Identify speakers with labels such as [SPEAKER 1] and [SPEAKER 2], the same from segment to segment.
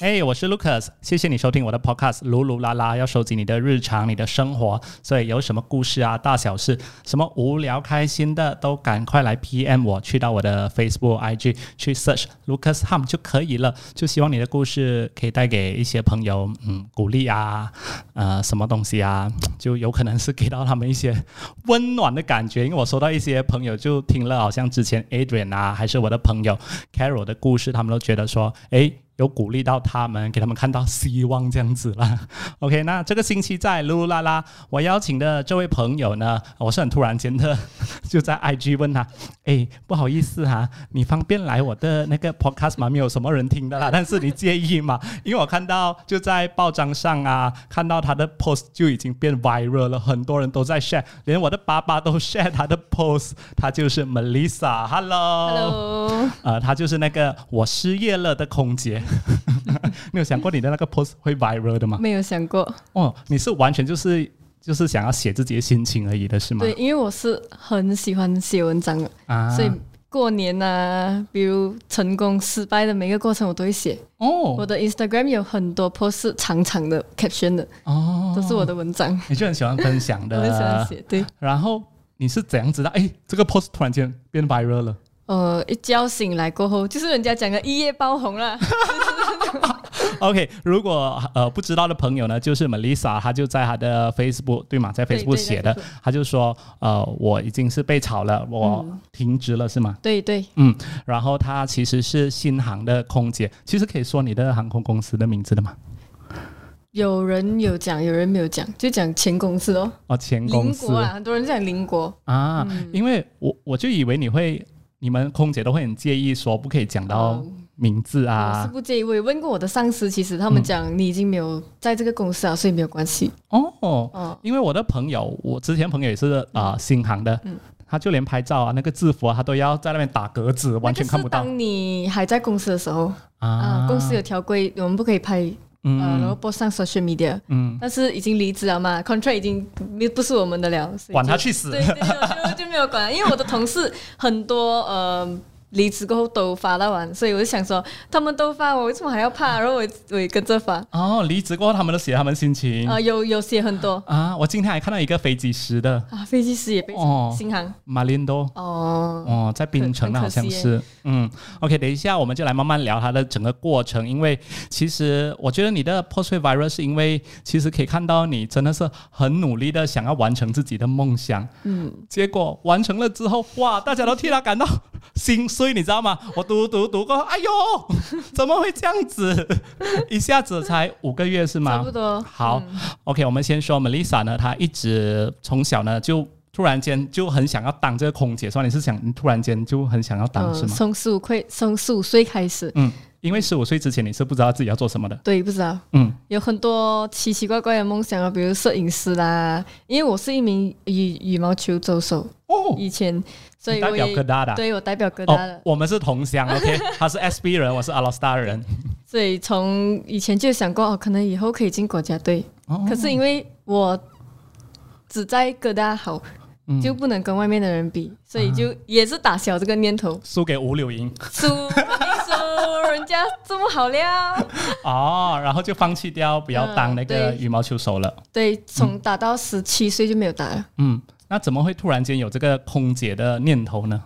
[SPEAKER 1] 嘿、我是 Lucas，谢谢你收听我的 Podcast《噜噜啦啦》，要收集你的日常、你的生活，所以有什么故事啊、大小事、什么无聊、开心的，都赶快来 PM 我，去到我的 Facebook、IG 去 search Lucas Hum 就可以了。就希望你的故事可以带给一些朋友，嗯，鼓励啊，呃，什么东西啊，就有可能是给到他们一些温暖的感觉。因为我收到一些朋友就听了，好像之前 Adrian 啊，还是我的朋友 Carol 的故事，他们都觉得说，诶，有鼓励到他们，给他们看到希望这样子啦。OK，那这个星期在噜噜啦啦，我邀请的这位朋友呢，我是很突然间的， 就在 IG 问他，诶，不好意思哈、啊你方便来我的那个 podcast 吗？没有什么人听的啦， 但是你介意吗？因为我看到就在报章上啊，看到他的 post 就已经变 viral 了，很多人都在 share，连我的爸爸都 share 他的 post，他就是 Melissa，Hello。
[SPEAKER 2] Hello，
[SPEAKER 1] 呃，她就是那个我失业了的空姐。 你有想过你的那个 post 会 viral 的吗？
[SPEAKER 2] 没有想过，
[SPEAKER 1] 哦，你是完全就是就是想要写自己的心情而已的是吗？
[SPEAKER 2] 对，因为我是很喜欢写文章的，
[SPEAKER 1] 嗯啊，
[SPEAKER 2] 所以过年啊，比如成功、失败的每个过程我都会写。我
[SPEAKER 1] 哦
[SPEAKER 2] 的 Instagram 有很多 post 是长长的 caption 的，
[SPEAKER 1] 哦，
[SPEAKER 2] 都是我的文章，
[SPEAKER 1] 你就很喜欢分享
[SPEAKER 2] 我很喜欢
[SPEAKER 1] 的，
[SPEAKER 2] 写。对，
[SPEAKER 1] 然后你是怎样知道？哎，这个 post 突然间变 viral 了。
[SPEAKER 2] 呃，一觉醒来过后，就是人家讲的一夜爆红 啦。
[SPEAKER 1] OK，如果呃不知道的朋友呢，就是 Melissa，她就在她的 Facebook 对吗？在
[SPEAKER 2] 对
[SPEAKER 1] Facebook
[SPEAKER 2] 对在
[SPEAKER 1] 写的
[SPEAKER 2] Facebook，
[SPEAKER 1] 她就说呃我已经是被炒了，我
[SPEAKER 2] 嗯
[SPEAKER 1] 停职了是吗？
[SPEAKER 2] 对对，
[SPEAKER 1] 嗯，然后她其实是新航的空姐，其实可以说你的航空公司的名字的嘛？
[SPEAKER 2] 有人有讲，有人没有讲，就讲前公司哦，
[SPEAKER 1] 哦，前公
[SPEAKER 2] 邻
[SPEAKER 1] 司
[SPEAKER 2] 国啊，很多人讲邻国。
[SPEAKER 1] 啊
[SPEAKER 2] 嗯
[SPEAKER 1] 因为我我就以为你会，你们空姐都会很介意说不可以讲到
[SPEAKER 2] 嗯
[SPEAKER 1] 名字
[SPEAKER 2] 我是
[SPEAKER 1] 啊。嗯
[SPEAKER 2] 不介意，我也问过我的上司，其实他们讲你已经没有在这个公司了，所以没有关系。
[SPEAKER 1] 哦，
[SPEAKER 2] 哦，
[SPEAKER 1] 因为我的朋友，我之前朋友也是啊、新航的，
[SPEAKER 2] 嗯
[SPEAKER 1] 他就连拍照啊那个制服啊，他都要在那边打格子，完全看不
[SPEAKER 2] 那
[SPEAKER 1] 到
[SPEAKER 2] 个是当你还在公司的时候啊，公司有条规，我们不可以拍，呃，然后
[SPEAKER 1] 嗯
[SPEAKER 2] 播上 social media。
[SPEAKER 1] 嗯，
[SPEAKER 2] 但是已经离职了嘛，contract 已经没不是我们的了，所以就
[SPEAKER 1] 管他去死
[SPEAKER 2] 对对对，就就没有管，因为我的同事很多呃离职过后都发到完，所以我就想说他们都发，我为什么还要怕？然后我也我也跟着发，
[SPEAKER 1] 哦，离职过后他们都写他们心情、
[SPEAKER 2] 啊，有有写很多
[SPEAKER 1] 啊。我今天还看到一个飞机师的
[SPEAKER 2] 啊，飞机师也被
[SPEAKER 1] 哦
[SPEAKER 2] 新航
[SPEAKER 1] 马林多。
[SPEAKER 2] 哦，
[SPEAKER 1] 哦，在槟
[SPEAKER 2] 很
[SPEAKER 1] 城那
[SPEAKER 2] 很
[SPEAKER 1] 好
[SPEAKER 2] 可
[SPEAKER 1] 像
[SPEAKER 2] 惜耶
[SPEAKER 1] 是，嗯，OK，等一下我们就来慢慢聊它的整个过程，因为其实我觉得你的 post virus 是因为其实可以看到你真的是很努力的想要完成自己的梦想，嗯，结果完成了之后，哇，大家都替他感到心碎，你知道吗？我读读读过后，哎呦，怎么会这样子？一下子才五个月是吗？
[SPEAKER 2] 差不多
[SPEAKER 1] 好、o k 我们先说 Melissa 呢，她一直从小呢就突然间就很想要当这个空姐，说你是想你突然间就很想要当、是
[SPEAKER 2] 嗯，
[SPEAKER 1] 吗？
[SPEAKER 2] 从十五岁，从十五岁开始，
[SPEAKER 1] 嗯，因为十五岁之前你是不知道自己要做什么的，
[SPEAKER 2] 对，不知道
[SPEAKER 1] 嗯
[SPEAKER 2] 有很多奇奇怪怪的梦想啊，比如摄影师啦，因为我是一名羽羽毛球走手，
[SPEAKER 1] 哦，
[SPEAKER 2] 以前，所
[SPEAKER 1] 你
[SPEAKER 2] 以
[SPEAKER 1] 代
[SPEAKER 2] 我
[SPEAKER 1] 表
[SPEAKER 2] 也
[SPEAKER 1] 哥大的啊。
[SPEAKER 2] 对我代表哥大的，
[SPEAKER 1] 哦，我们是同乡，OK，他 是 SB 人，我是阿拉斯加人。
[SPEAKER 2] 所以从以前就想过哦，可能以后可以进国家队，
[SPEAKER 1] 哦
[SPEAKER 2] 可是因为我只在哥大好，
[SPEAKER 1] 嗯啊
[SPEAKER 2] 就不能跟外面的人比，所以就也是打消这个 念头，
[SPEAKER 1] 输给吴柳莹
[SPEAKER 2] 输肯定输，人家这么好料。
[SPEAKER 1] 哦，然后就放弃掉，不要当那个
[SPEAKER 2] 嗯对
[SPEAKER 1] 羽毛球手了。
[SPEAKER 2] 对，从打到十七岁就没有打了。
[SPEAKER 1] 嗯，那怎么会突然间有这个空姐的念头呢？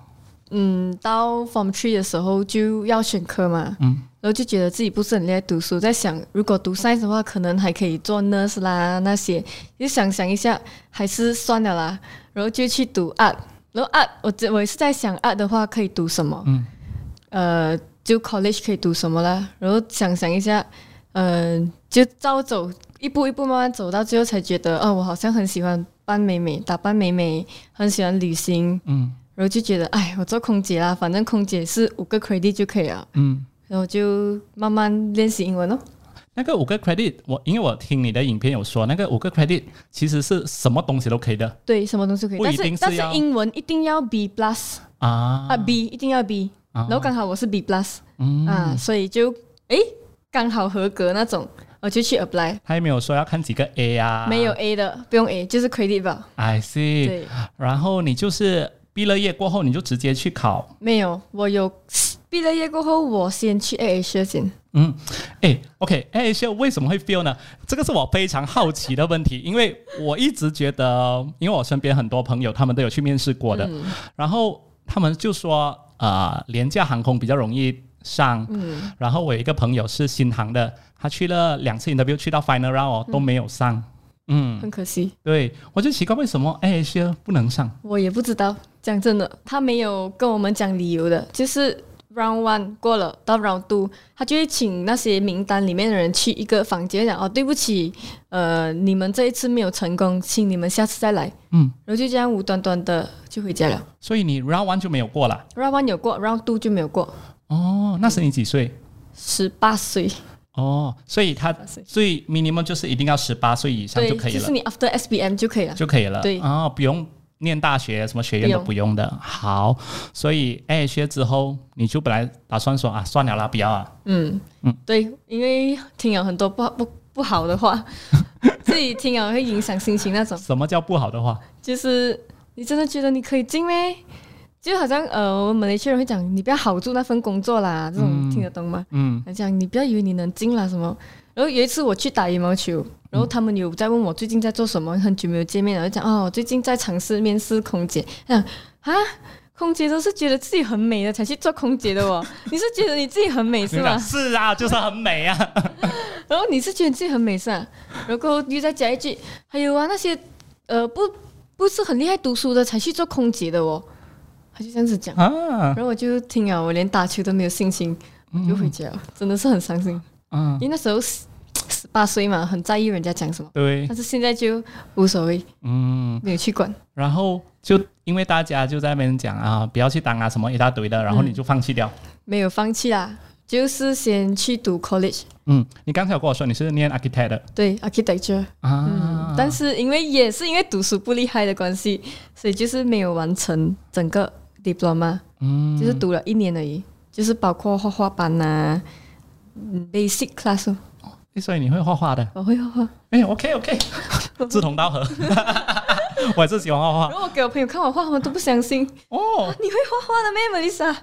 [SPEAKER 2] 嗯，到 Form Three 的时候就要选科嘛，
[SPEAKER 1] 嗯
[SPEAKER 2] 然后就觉得自己不是很厉害读书，在想如果读 science 的话，可能还可以做 nurse 啦那些，就想想一下，还是算了啦，然后就去读 art，然后 art 我只我也是在想 art 的话可以读什么，
[SPEAKER 1] 嗯
[SPEAKER 2] 呃，就 college 可以读什么啦，然后想想一下，嗯、就照走一步一步慢慢走到最后才觉得，哦，我好像很喜欢扮美美，打扮美美，很喜欢旅行，
[SPEAKER 1] 嗯
[SPEAKER 2] 然后就觉得，哎，我做空姐啦，反正空姐是五个 credit 就可以了，
[SPEAKER 1] 嗯，
[SPEAKER 2] 然后就慢慢练习英文咯。
[SPEAKER 1] 那个五个 credit，我因为我听你的影片有说，那个五个 credit 其实是什么东西都可以的
[SPEAKER 2] 对，什么东西都可以，
[SPEAKER 1] 不一
[SPEAKER 2] 但
[SPEAKER 1] 定
[SPEAKER 2] 是
[SPEAKER 1] 是
[SPEAKER 2] 但
[SPEAKER 1] 要
[SPEAKER 2] 是英文一定要 B plus
[SPEAKER 1] 啊
[SPEAKER 2] 啊，B 一定要 B，
[SPEAKER 1] 啊
[SPEAKER 2] 然后刚好我是 B plus
[SPEAKER 1] 嗯
[SPEAKER 2] 啊，所以就诶，刚好合格那种，我就去 apply。
[SPEAKER 1] 他也没有说要看几个 A 啊，
[SPEAKER 2] 没有 A 的，不用 A，就是 credit 吧。
[SPEAKER 1] I see。
[SPEAKER 2] 对，
[SPEAKER 1] 然后你就是毕了业过后，你就直接去考。
[SPEAKER 2] 没有，我有毕了业过后，我先去 A A 学先。
[SPEAKER 1] 嗯，哎，OK，哎，是为什么会 fail 呢？这个是我非常好奇的问题，因为我一直觉得，因为我身边很多朋友他们都有去面试过的，
[SPEAKER 2] 嗯
[SPEAKER 1] 然后他们就说，呃，廉价航空比较容易上。
[SPEAKER 2] 嗯，
[SPEAKER 1] 然后我有一个朋友是新航的，他去了两次 interview，去到 final round 哦都没有上。嗯
[SPEAKER 2] 很可惜，
[SPEAKER 1] 对，我就奇怪为什么 AHL 不能上。
[SPEAKER 2] 我也不知道。讲真的，他没有跟我们讲理由的，就是 round one 过了到 round two，他就会请那些名单里面的人去一个房间讲哦，对不起，呃，你们这一次没有成功，请你们下次再来。
[SPEAKER 1] 嗯，
[SPEAKER 2] 然后就这样无端端的就回家了。
[SPEAKER 1] 所以你 round one 就没有过了。
[SPEAKER 2] Round one 有过，Round two 就没有过。
[SPEAKER 1] 哦，那时
[SPEAKER 2] 嗯
[SPEAKER 1] 你几岁？
[SPEAKER 2] 十八岁，
[SPEAKER 1] 哦，所以他
[SPEAKER 2] 18岁
[SPEAKER 1] 最 minimum 就是一定要十八岁以上
[SPEAKER 2] 对
[SPEAKER 1] 就可，以
[SPEAKER 2] 就
[SPEAKER 1] 了，
[SPEAKER 2] 是你 after SBM 就可以了。
[SPEAKER 1] 就可以了。
[SPEAKER 2] 对
[SPEAKER 1] 哦，不用念大学，什么学院都不用的。好，所以 AHL 之后，你就本来打算说啊，算了啦，不要啊。
[SPEAKER 2] 嗯
[SPEAKER 1] 嗯
[SPEAKER 2] 对，因为听了很多不好不不好的 话，自己听了会影响心情那种。
[SPEAKER 1] 什么叫不好的话？
[SPEAKER 2] 就是你真的觉得你可以进咩？就好像呃，我们那些人会讲，你不要好住那份工作啦，这种、听得懂吗？
[SPEAKER 1] 嗯，
[SPEAKER 2] 他讲你不要以为你能进啦什么。然后有一次我去打羽毛球，然后他们有在问我最近在做什么，很久没有见面了，我就讲哦，我最近在尝试面试空姐。他讲啊，空姐都是觉得自己很美的才去做空姐的哦，你是觉得你自己很美是
[SPEAKER 1] 你讲
[SPEAKER 2] 吧？
[SPEAKER 1] 是啊，就是很美 啊。
[SPEAKER 2] 然后你是觉得自己很美是吧？然后又再加一句，还有啊那些呃不不是很厉害读书的才去做空姐的哦，他就这样子讲。
[SPEAKER 1] 啊，
[SPEAKER 2] 然后我就听了，我连打球都没有信心，我就回家了，真的是很伤心。
[SPEAKER 1] 嗯，
[SPEAKER 2] 因为那时候十十八岁嘛，很在意人家讲什么，
[SPEAKER 1] 对，
[SPEAKER 2] 但是现在就无所谓，
[SPEAKER 1] 嗯。
[SPEAKER 2] 没有去管。
[SPEAKER 1] 然后就因为大家就在那边讲啊，不要去当啊什么一大堆的，
[SPEAKER 2] 嗯
[SPEAKER 1] 然后你就放弃掉。
[SPEAKER 2] 没有放弃啦，就是先去读 college，
[SPEAKER 1] 嗯你刚才有跟我说你是念 architect 的
[SPEAKER 2] 对 architecture，
[SPEAKER 1] 啊，
[SPEAKER 2] 嗯，但是因为也是因为读书不厉害的关系，所以就是没有完成整个 diploma，
[SPEAKER 1] 嗯
[SPEAKER 2] 就是读了一年而已，就是包括画画班呐、啊，嗯，basic class，哦
[SPEAKER 1] 所以你会画画的，
[SPEAKER 2] 我会画画。
[SPEAKER 1] 哎，OK OK，志同道合，我也是喜欢画画
[SPEAKER 2] 然后我给我朋友看我画，他们都不相信，
[SPEAKER 1] 哦。
[SPEAKER 2] 你会画画的咩，Melissa？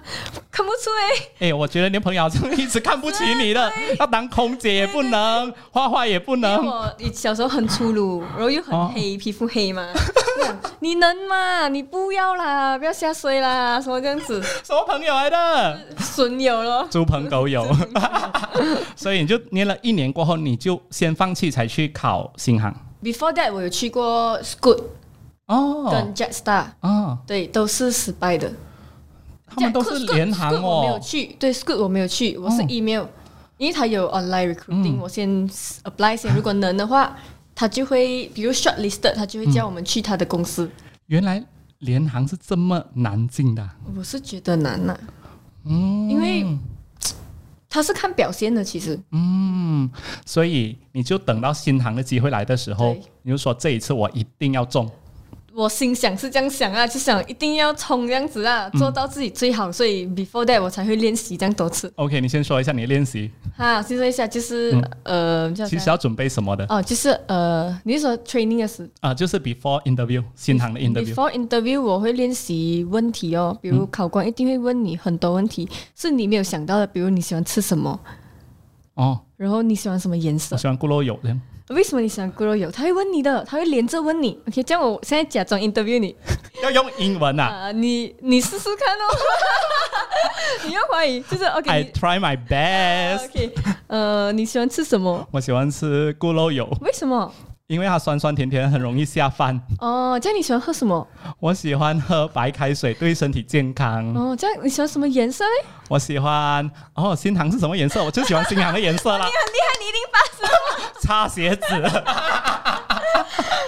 [SPEAKER 2] 看不出 哎、
[SPEAKER 1] 哎，我觉得你的朋友好像一直看不起你的，要当空姐也不能，画画也不
[SPEAKER 2] 因为
[SPEAKER 1] 能。
[SPEAKER 2] 我以小时候很粗鲁，然后又
[SPEAKER 1] 哦
[SPEAKER 2] 很黑，皮肤黑嘛。 这样你能吗？你不要啦，不要下水啦，什么这样子，
[SPEAKER 1] 什么朋友来的？
[SPEAKER 2] 损友咯。
[SPEAKER 1] 猪朋狗友。 所以你就念了一年过后，你就先放弃，才去考新航。
[SPEAKER 2] Before that，我有去过 Scoot
[SPEAKER 1] 哦，
[SPEAKER 2] 跟 Jetstar，、
[SPEAKER 1] 啊，
[SPEAKER 2] 对，都是失败的。
[SPEAKER 1] 他们都
[SPEAKER 2] Scoot-
[SPEAKER 1] 是
[SPEAKER 2] Scoot-
[SPEAKER 1] 联行
[SPEAKER 2] Scoot 我没有
[SPEAKER 1] 哦。
[SPEAKER 2] 去，对 Scoot 我没有去，我是
[SPEAKER 1] 哦嗯
[SPEAKER 2] email，、因为他有 online recruiting，、我先 apply 先，如果能的话。他就会，比如 shortlisted，他就会叫我们去他的公司。
[SPEAKER 1] 原来联行是这么难进的啊、
[SPEAKER 2] 我是觉得难呐、
[SPEAKER 1] 嗯，
[SPEAKER 2] 因为他是看表现的，其实。
[SPEAKER 1] 嗯，所以你就等到新行的机会来的时候
[SPEAKER 2] 对，
[SPEAKER 1] 你就说这一次我一定要中。
[SPEAKER 2] 我心想是这样想啊，就想一定要冲这样子啊，
[SPEAKER 1] 嗯
[SPEAKER 2] 做到自己最好，所以 before that 我才会练习这样多次
[SPEAKER 1] OK，你先说一下你的练习，
[SPEAKER 2] 哈。先说一下，就是、呃，叫啥
[SPEAKER 1] 嗯其实要准备什么的
[SPEAKER 2] 哦，就是呃，你是说 training 的时
[SPEAKER 1] 啊？就是 before interview 新行的 interview。
[SPEAKER 2] before interview 我会练习问题哦，比如考官一定会问你很多问题，是你没有想到的，比如你喜欢吃什么，
[SPEAKER 1] 哦，
[SPEAKER 2] 然后你喜欢什么颜色
[SPEAKER 1] 我，喜欢咕噜 油的。
[SPEAKER 2] 为什么你喜欢咕噜油，他会问你的，他会连着问你。OK，这样我现在假装 interview 你，
[SPEAKER 1] 要用英文啊
[SPEAKER 2] 啊、你你试试看哦，哦 你要怀疑，就是 OK，
[SPEAKER 1] ！I
[SPEAKER 2] 你啊
[SPEAKER 1] try my best。
[SPEAKER 2] OK，呃，你喜欢吃什么？
[SPEAKER 1] 我喜欢吃咕噜油，
[SPEAKER 2] 为什么？
[SPEAKER 1] 因为它酸酸甜甜，很容易下饭。
[SPEAKER 2] 哦，这样你喜欢喝什么？
[SPEAKER 1] 我喜欢喝白开水，对身体健康。
[SPEAKER 2] 哦，这样你喜欢什么颜色嘞？
[SPEAKER 1] 我喜欢哦，新航是什么颜色？我就喜欢新航的颜色啦
[SPEAKER 2] 你。很厉害，你一定八十。
[SPEAKER 1] 擦鞋子，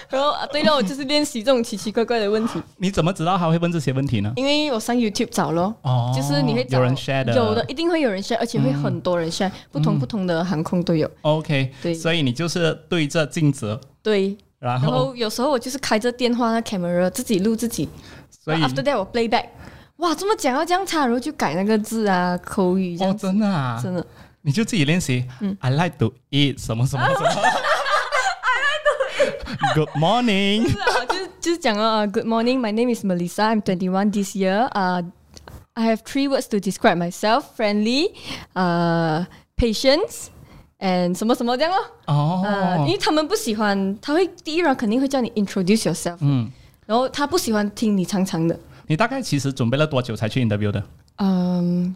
[SPEAKER 2] 然后啊，对了，我就是练习这种奇奇怪怪的问题，
[SPEAKER 1] 你怎么知道他会问这些问题呢？
[SPEAKER 2] 因为我上 YouTube 找咯。
[SPEAKER 1] 哦，
[SPEAKER 2] 就是你会找
[SPEAKER 1] 有人 share 的，嗯
[SPEAKER 2] 有的一定会有人 share，而且会很多人 share，、不同不同的航空都有。
[SPEAKER 1] OK，
[SPEAKER 2] 对
[SPEAKER 1] 所以你就是对着镜子，
[SPEAKER 2] 对，
[SPEAKER 1] 然
[SPEAKER 2] 然
[SPEAKER 1] 后
[SPEAKER 2] 后有时候我就是开着电话那 camera 自己录自己，
[SPEAKER 1] 所以
[SPEAKER 2] after that 我 playback，哇，这么讲要这样差，然后就改那个字啊，口语这
[SPEAKER 1] 哦，
[SPEAKER 2] 样子，
[SPEAKER 1] 真的啊，
[SPEAKER 2] 真的嗯
[SPEAKER 1] 你就自己练习。I like to eat 什么什么什么。I like to eat. Good morning.
[SPEAKER 2] 就是就是讲哦、g o o d morning, my name is Melissa. I'm 21 this year. Uh, I have three words to describe myself: friendly, uh, patience, and 什么什么这样咯。呃，因
[SPEAKER 1] 哦，
[SPEAKER 2] 为他们不喜欢，他会第一 round 肯定会叫你 introduce yourself，
[SPEAKER 1] 嗯，
[SPEAKER 2] 然后他不喜欢听你长长的，
[SPEAKER 1] 你大概其实准备了多久才去 interview 的？
[SPEAKER 2] 嗯，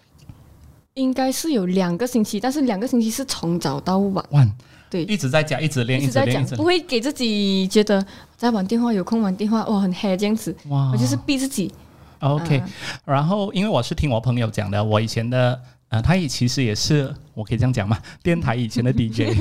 [SPEAKER 2] 应该是有两个星期，但是两个星期是从早到晚，
[SPEAKER 1] 哇，
[SPEAKER 2] 对，
[SPEAKER 1] 一直在家，一直练，
[SPEAKER 2] 一
[SPEAKER 1] 一
[SPEAKER 2] 直
[SPEAKER 1] 直
[SPEAKER 2] 在
[SPEAKER 1] 练，
[SPEAKER 2] 讲
[SPEAKER 1] 一直，
[SPEAKER 2] 不
[SPEAKER 1] 练。
[SPEAKER 2] 会给自己觉得在玩电话，有空玩电话，哇，很嗨这样子，
[SPEAKER 1] 哇
[SPEAKER 2] 我就是逼自己，
[SPEAKER 1] OK，、
[SPEAKER 2] 嗯
[SPEAKER 1] 然后因为我是听我朋友讲的，我以前的呃，他也其实也是我可以这样讲嘛，电台以前 的 DJ，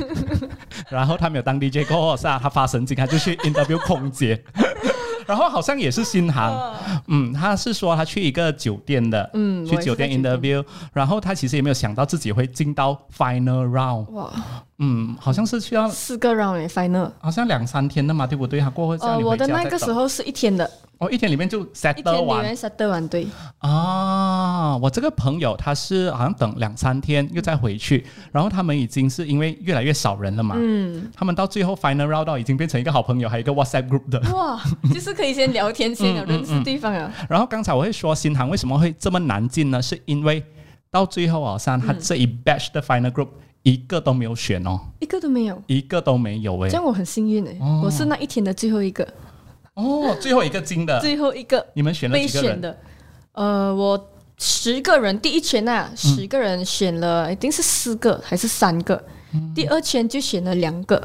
[SPEAKER 1] 然后他没有当 DJ 过后，是啊，他发神经，他就去 interview 空姐， 然后好像也是新航，嗯，他是说他去一个酒店的，
[SPEAKER 2] 哦嗯
[SPEAKER 1] 去
[SPEAKER 2] 我也是
[SPEAKER 1] 酒店
[SPEAKER 2] 在酒店
[SPEAKER 1] interview，然后他其实也没有想到自己会进到 final round，
[SPEAKER 2] 哇，
[SPEAKER 1] 嗯，好像是去到
[SPEAKER 2] 四个 round 诶 final，
[SPEAKER 1] 好像两三天的嘛，对不对？他过后叫
[SPEAKER 2] 呃，
[SPEAKER 1] 你
[SPEAKER 2] 我
[SPEAKER 1] 回家
[SPEAKER 2] 的
[SPEAKER 1] 再
[SPEAKER 2] 那个
[SPEAKER 1] 走
[SPEAKER 2] 时，候是一天的，
[SPEAKER 1] 哦，一天里面就
[SPEAKER 2] 一
[SPEAKER 1] settle
[SPEAKER 2] 天里
[SPEAKER 1] 完
[SPEAKER 2] 面 set 完对，
[SPEAKER 1] 啊，我这个朋友他是好像等两三天又再回去，然后他们已经是因为越来越少人了嘛，
[SPEAKER 2] 嗯，
[SPEAKER 1] 他们到最后 final round 到已经变成一个好朋友，还有一个 WhatsApp group 的。
[SPEAKER 2] 哇，就是可以先聊天先了，认
[SPEAKER 1] 嗯
[SPEAKER 2] 识对方啊了，
[SPEAKER 1] 然后刚才我会说新航为什么会这么难进呢？是因为到最后啊，像他
[SPEAKER 2] 嗯
[SPEAKER 1] 这一 batch 的 final group 一个都没有选哦，
[SPEAKER 2] 一个都没有。
[SPEAKER 1] 一个都没有诶。
[SPEAKER 2] 这样我很幸运哎、
[SPEAKER 1] 哦
[SPEAKER 2] 我是那一天的最后一个，
[SPEAKER 1] 哦，最后一个进的，
[SPEAKER 2] 最后一个
[SPEAKER 1] 你们选了
[SPEAKER 2] 被
[SPEAKER 1] 几个
[SPEAKER 2] 选
[SPEAKER 1] 人？
[SPEAKER 2] 的。呃，我十个人，第一圈呐、
[SPEAKER 1] 嗯
[SPEAKER 2] 啊，十个人选了，一定是四个还是三个？
[SPEAKER 1] 嗯
[SPEAKER 2] 第二圈就选了两个，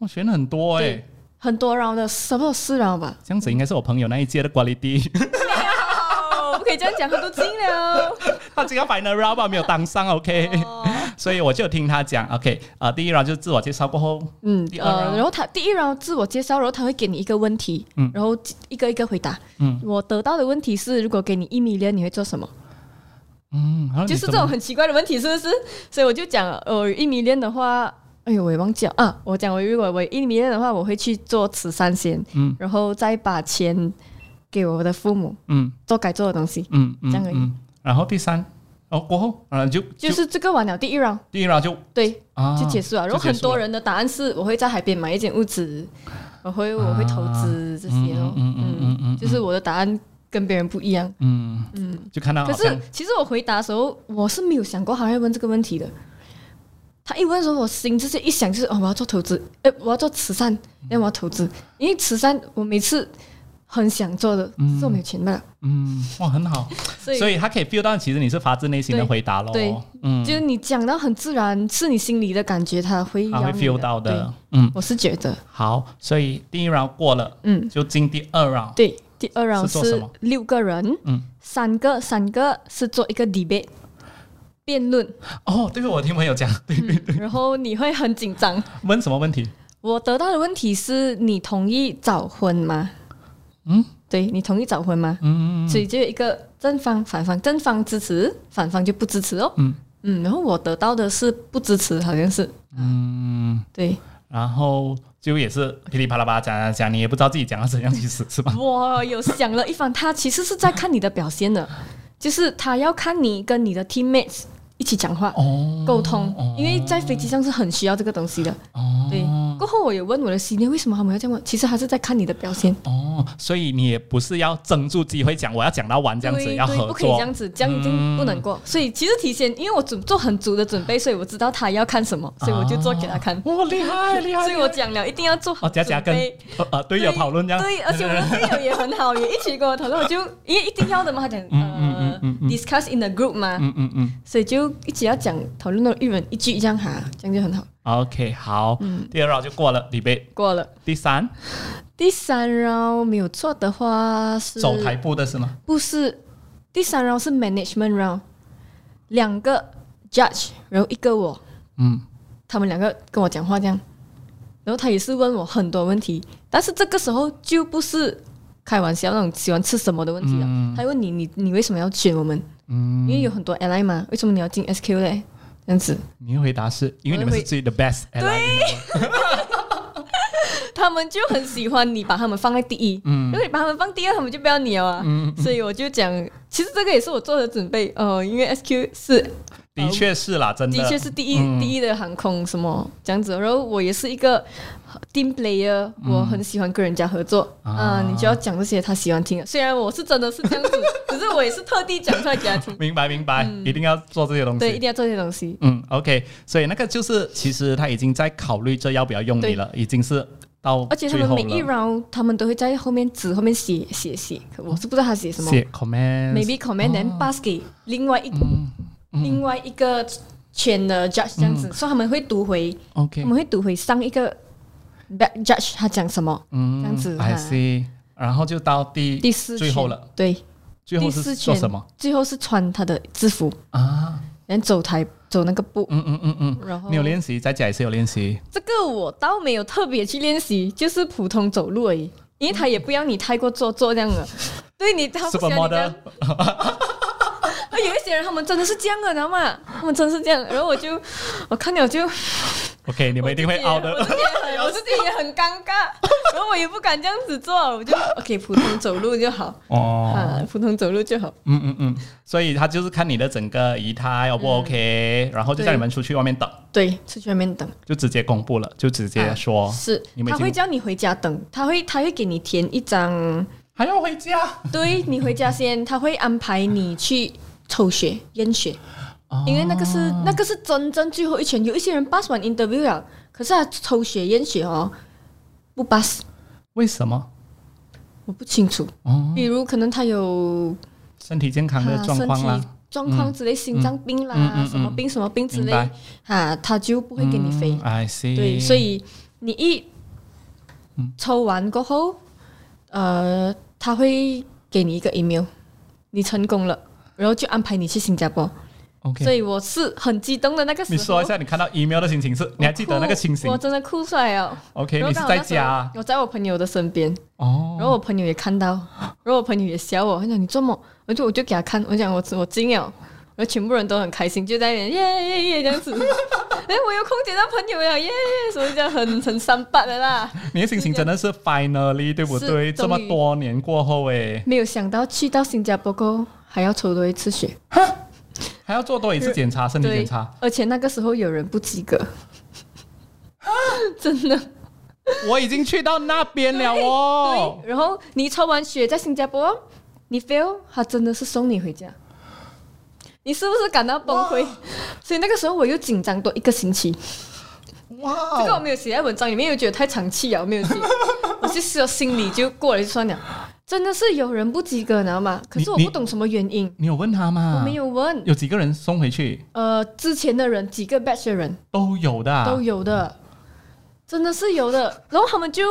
[SPEAKER 1] 我、哦选了很多诶。
[SPEAKER 2] 对很多 round 的，差不多四 round 吧。
[SPEAKER 1] 这样子应该是我朋友那一届的 quality，
[SPEAKER 2] 哦，不可以这样讲，他都进了。
[SPEAKER 1] 他这个 final round 吧没有当上，OK。所
[SPEAKER 2] 哦
[SPEAKER 1] 以我就听他讲，OK，呃，第一 round 就是自我介绍过后，
[SPEAKER 2] 嗯
[SPEAKER 1] 第，二
[SPEAKER 2] 呃，
[SPEAKER 1] round
[SPEAKER 2] 然后他第一 round 自我介绍，然后他会给你一个问题，
[SPEAKER 1] 嗯
[SPEAKER 2] 然后一个一个回答。
[SPEAKER 1] 嗯
[SPEAKER 2] 我得到的问题是，如果给你一米六，你会做什么？
[SPEAKER 1] 嗯，然后你
[SPEAKER 2] 就是这
[SPEAKER 1] 怎么
[SPEAKER 2] 种很奇怪的问题，是不是？所以我就讲，呃，一迷恋的话，哎呦，我也忘记了啊。我讲，我如果我一迷恋的话，我会去做慈善先，
[SPEAKER 1] 嗯
[SPEAKER 2] 然后再把钱给我的父母
[SPEAKER 1] 嗯
[SPEAKER 2] 做该做的东西。
[SPEAKER 1] 嗯嗯
[SPEAKER 2] 这样而已
[SPEAKER 1] 嗯，然后第三，哦，过后，然后就
[SPEAKER 2] 就
[SPEAKER 1] 就是
[SPEAKER 2] 这个完了第一 round，
[SPEAKER 1] 第一 round 就
[SPEAKER 2] 对，
[SPEAKER 1] 啊
[SPEAKER 2] 就结束了。然后
[SPEAKER 1] 就结
[SPEAKER 2] 很
[SPEAKER 1] 束
[SPEAKER 2] 多
[SPEAKER 1] 了
[SPEAKER 2] 人的答案是，我会在海边买一间屋子，我会我会投资这些咯。
[SPEAKER 1] 嗯嗯嗯嗯嗯
[SPEAKER 2] 就是我的答案跟别人不一样。
[SPEAKER 1] 嗯嗯，就看到好
[SPEAKER 2] 可是
[SPEAKER 1] 像
[SPEAKER 2] 其实我回答的时候，我是没有想过他会问这个问题的。他一问的时候，我心就是一想就是哦，我要做投资，哎，我要做慈善，那我要投资，因为慈善我每次很想做的，只是我没有钱罢了。
[SPEAKER 1] 嗯哇很好，
[SPEAKER 2] 所以
[SPEAKER 1] 所以他可以 feel 到其实你是发自内心的
[SPEAKER 2] 对
[SPEAKER 1] 回答咯，
[SPEAKER 2] 对
[SPEAKER 1] 嗯，
[SPEAKER 2] 就是你讲到很自然，是你心里的感觉，他会
[SPEAKER 1] 啊他会
[SPEAKER 2] 要你
[SPEAKER 1] feel 到
[SPEAKER 2] 对
[SPEAKER 1] 的，嗯，
[SPEAKER 2] 我是觉得，
[SPEAKER 1] 好，所以第一 round 过了，
[SPEAKER 2] 嗯，
[SPEAKER 1] 就进第二 round，
[SPEAKER 2] 对。第二 round
[SPEAKER 1] 是做什
[SPEAKER 2] 是
[SPEAKER 1] 么
[SPEAKER 2] 六个人，
[SPEAKER 1] 嗯，
[SPEAKER 2] 三个三个是做一个 debate 辩 论，
[SPEAKER 1] 哦，对，我听朋友讲，
[SPEAKER 2] 嗯
[SPEAKER 1] 对，
[SPEAKER 2] 然后你会很紧张，
[SPEAKER 1] 问什么问题？
[SPEAKER 2] 我得到的问题是你同意早婚吗？
[SPEAKER 1] 嗯，
[SPEAKER 2] 对你同意早婚吗？
[SPEAKER 1] 嗯
[SPEAKER 2] 所以就有一个正方、反方，正方支持，反方就不支持哦。
[SPEAKER 1] 嗯
[SPEAKER 2] 嗯，然后我得到的是不支持，好像是
[SPEAKER 1] 嗯，
[SPEAKER 2] 对。
[SPEAKER 1] 然后就也是噼里啪啦吧讲讲讲，你也不知道自己讲到怎样，其实是吧？
[SPEAKER 2] 我有想了一番，他其实是在看你的表现的，就是他要看你跟你的 teammates 一起讲话。
[SPEAKER 1] 哦
[SPEAKER 2] 沟通，因为在飞机上是很需要这个东西的。
[SPEAKER 1] 哦
[SPEAKER 2] 对，过后我有问我的 senior 为什么他们要这么，其实他是在看你的表现。
[SPEAKER 1] 哦，所以你也不是要争住机会讲我要讲到完这样子，
[SPEAKER 2] 对
[SPEAKER 1] 要
[SPEAKER 2] 对
[SPEAKER 1] 合
[SPEAKER 2] 不可以这
[SPEAKER 1] 作嗯
[SPEAKER 2] 样子，这样一定不能过。所以其实提前，因为我准做很足的准备，所以我知道他要看什
[SPEAKER 1] 啊
[SPEAKER 2] 么，所以我就做给 他看。
[SPEAKER 1] 哇，厉害厉害！
[SPEAKER 2] 所以我讲了，一定要做好
[SPEAKER 1] 哦，
[SPEAKER 2] 准
[SPEAKER 1] 夹
[SPEAKER 2] 备。
[SPEAKER 1] 夹跟呃呃队友讨论这样，
[SPEAKER 2] 对，而且我的队友也很好，也一起跟我讨论，我就因为一定要的嘛，他讲呃，discuss in the group 嘛，
[SPEAKER 1] 嗯嗯嗯
[SPEAKER 2] 所以就一起要讲讨论到一人一句这样哈，这样就很好
[SPEAKER 1] ，OK，好，
[SPEAKER 2] 嗯
[SPEAKER 1] 第二 round 就过了，李贝。
[SPEAKER 2] 过了。
[SPEAKER 1] 第三，
[SPEAKER 2] 第三 round 没有错的话是
[SPEAKER 1] 走台步的是吗？
[SPEAKER 2] 不是，第三 round 是 management round，两个 judge，然后一个我，
[SPEAKER 1] 嗯，
[SPEAKER 2] 他们两个跟我讲话这样，然后他也是问我很多问题，但是这个时候就不是开玩笑那种喜欢吃什么的问题了，啊他问你你你为什么要选我们？因为有很多 ally 嘛，为什么你要进 SQ 嘞？这样子，
[SPEAKER 1] 你的回答是因为你们是最 the best，对，
[SPEAKER 2] 他们就很喜欢你把他们放在第一，如果你把他们放第二，他们就不要你了啊。所以我就讲，其实这个也是我做的准备，呃，因为 SQ 是
[SPEAKER 1] 的确是啦，真的，嗯
[SPEAKER 2] 的确是第一、第一的航空什么这样子。然后我也是一个 team player，我
[SPEAKER 1] 嗯
[SPEAKER 2] 很喜欢跟人家合作啊、你就要讲这些他喜欢听的。虽然我是真的是这样子，只是我也是特地讲出来给他 听。
[SPEAKER 1] 明白明白，一定要做这些东西。
[SPEAKER 2] 嗯对，一定要做这些东西。
[SPEAKER 1] 嗯，OK，所以那个就是其实他已经在考虑这要不要用你
[SPEAKER 2] 对
[SPEAKER 1] 了，已经是到
[SPEAKER 2] 而且他
[SPEAKER 1] 最
[SPEAKER 2] 们
[SPEAKER 1] 后
[SPEAKER 2] 每一
[SPEAKER 1] 了。
[SPEAKER 2] round 他们都会在后面纸后面写写写，可我是不知道他写什么。
[SPEAKER 1] 写哦 comment，
[SPEAKER 2] Maybe comment then pass 给另外一、
[SPEAKER 1] 嗯
[SPEAKER 2] 另外一个圈的 judge 这样子，所以他们会读回，
[SPEAKER 1] 嗯 OK，
[SPEAKER 2] 他们会读回上一个 back judge 他讲什么，
[SPEAKER 1] 嗯，
[SPEAKER 2] 这样子
[SPEAKER 1] ，I
[SPEAKER 2] 哈
[SPEAKER 1] see，然后就到第
[SPEAKER 2] 第四
[SPEAKER 1] 最后
[SPEAKER 2] 圈
[SPEAKER 1] 了，，
[SPEAKER 2] 对，
[SPEAKER 1] 最后
[SPEAKER 2] 第
[SPEAKER 1] 是
[SPEAKER 2] 四
[SPEAKER 1] 做
[SPEAKER 2] 圈
[SPEAKER 1] 什么？
[SPEAKER 2] 最后是穿他的制服，
[SPEAKER 1] 啊？
[SPEAKER 2] 然后走台走那个步，
[SPEAKER 1] 嗯嗯嗯嗯，
[SPEAKER 2] 然后
[SPEAKER 1] 你有练习，在家也是有练习。
[SPEAKER 2] 这个我倒没有特别去练习，就是普通走路而已，因为他也不要你太过做作这 样的，对你他不喜欢你这样
[SPEAKER 1] Supermodel，
[SPEAKER 2] 啊，有一些人他们真的是这样的，你知道吗？他们真的是这样，然后我就我看了就
[SPEAKER 1] OK，你们一定会凹的
[SPEAKER 2] 我。自己 也很我自己也很尴尬，然后我也不敢这样子做，我就 OK 普通走路就好，
[SPEAKER 1] 哦，
[SPEAKER 2] 啊，普通走路就好。
[SPEAKER 1] 嗯嗯嗯，所以他就是看你的整个仪态 O 不
[SPEAKER 2] 嗯
[SPEAKER 1] OK，然后就叫
[SPEAKER 2] 对
[SPEAKER 1] 你们出去外面等，
[SPEAKER 2] 对，出去外面等
[SPEAKER 1] 就直接公布了，就直接说
[SPEAKER 2] 啊是
[SPEAKER 1] 哦你，们已
[SPEAKER 2] 他
[SPEAKER 1] 经
[SPEAKER 2] 会叫你回家等，他会他会给你填 一张，
[SPEAKER 1] 还要回家。
[SPEAKER 2] 对你回家先，他会安排你去抽血验血，
[SPEAKER 1] 哦
[SPEAKER 2] 因为那个是那个是真正最后一圈，有一些人 pass 完 interview 了，可是他抽血验血哦不 pass，
[SPEAKER 1] 为什么？
[SPEAKER 2] 我不清楚，
[SPEAKER 1] 哦，
[SPEAKER 2] 比如可能他有
[SPEAKER 1] 身体健康的
[SPEAKER 2] 啊
[SPEAKER 1] 状况
[SPEAKER 2] 身
[SPEAKER 1] 啦
[SPEAKER 2] 体。状况之类，心脏病啦，
[SPEAKER 1] 嗯嗯嗯
[SPEAKER 2] 什么病什么病之
[SPEAKER 1] 明
[SPEAKER 2] 类
[SPEAKER 1] 白，
[SPEAKER 2] 啊，他就不会给你飞。
[SPEAKER 1] 嗯 I see。
[SPEAKER 2] 对，所以你一
[SPEAKER 1] 嗯
[SPEAKER 2] 抽完过后，呃，他会给你一个 email，你成功了，然后就安排你去新加坡。
[SPEAKER 1] OK，
[SPEAKER 2] 所以我是很激动的那个时候。
[SPEAKER 1] 你说一下你看到 email 的心情是，你还记得那个情形
[SPEAKER 2] 我真的哭出来了。
[SPEAKER 1] ？OK，
[SPEAKER 2] 然后
[SPEAKER 1] 你是
[SPEAKER 2] 刚好
[SPEAKER 1] 在
[SPEAKER 2] 那时候
[SPEAKER 1] 家啊
[SPEAKER 2] 我在我朋友的身边，
[SPEAKER 1] 哦，
[SPEAKER 2] 然后我朋友也看到，然后我朋友也笑我，他讲你做梦，我就我就给他看，我讲我我惊了，然后全部人都很开心，就在那边耶耶耶 这样子，哎，我有空捡到朋友了耶，所以就很很三八的啦。
[SPEAKER 1] 你的心情真的是 finally 对不
[SPEAKER 2] 是
[SPEAKER 1] 对？这
[SPEAKER 2] 终于
[SPEAKER 1] 么多年过后诶，
[SPEAKER 2] 没有想到去到新加坡过后还要抽多一次血，
[SPEAKER 1] 还要做多一次检查，身体检
[SPEAKER 2] 对
[SPEAKER 1] 查。，
[SPEAKER 2] 而且那个时候有人不及格， 真的。
[SPEAKER 1] 我已经去到那边了哦。
[SPEAKER 2] 对，然后你抽完血在新加坡，你 fail，他真的是送你回家。你是不是感到崩溃？所以那个时候我又紧张多一个星期。
[SPEAKER 1] 哇
[SPEAKER 2] 这个我
[SPEAKER 1] 哦，
[SPEAKER 2] 没有写在文章里面，又觉得太长气啊了，我 没有写。我就说心里就过了就算了。真的是有人不及格，你知道吗？可是我
[SPEAKER 1] 你啊
[SPEAKER 2] 不懂什么原因，
[SPEAKER 1] 你有问他吗？
[SPEAKER 2] 我没。有问。
[SPEAKER 1] 有几个人送回去
[SPEAKER 2] 呃，之前的人几个 batch 的人
[SPEAKER 1] 都有的啊、
[SPEAKER 2] 都有的，真的是有的。然后他们就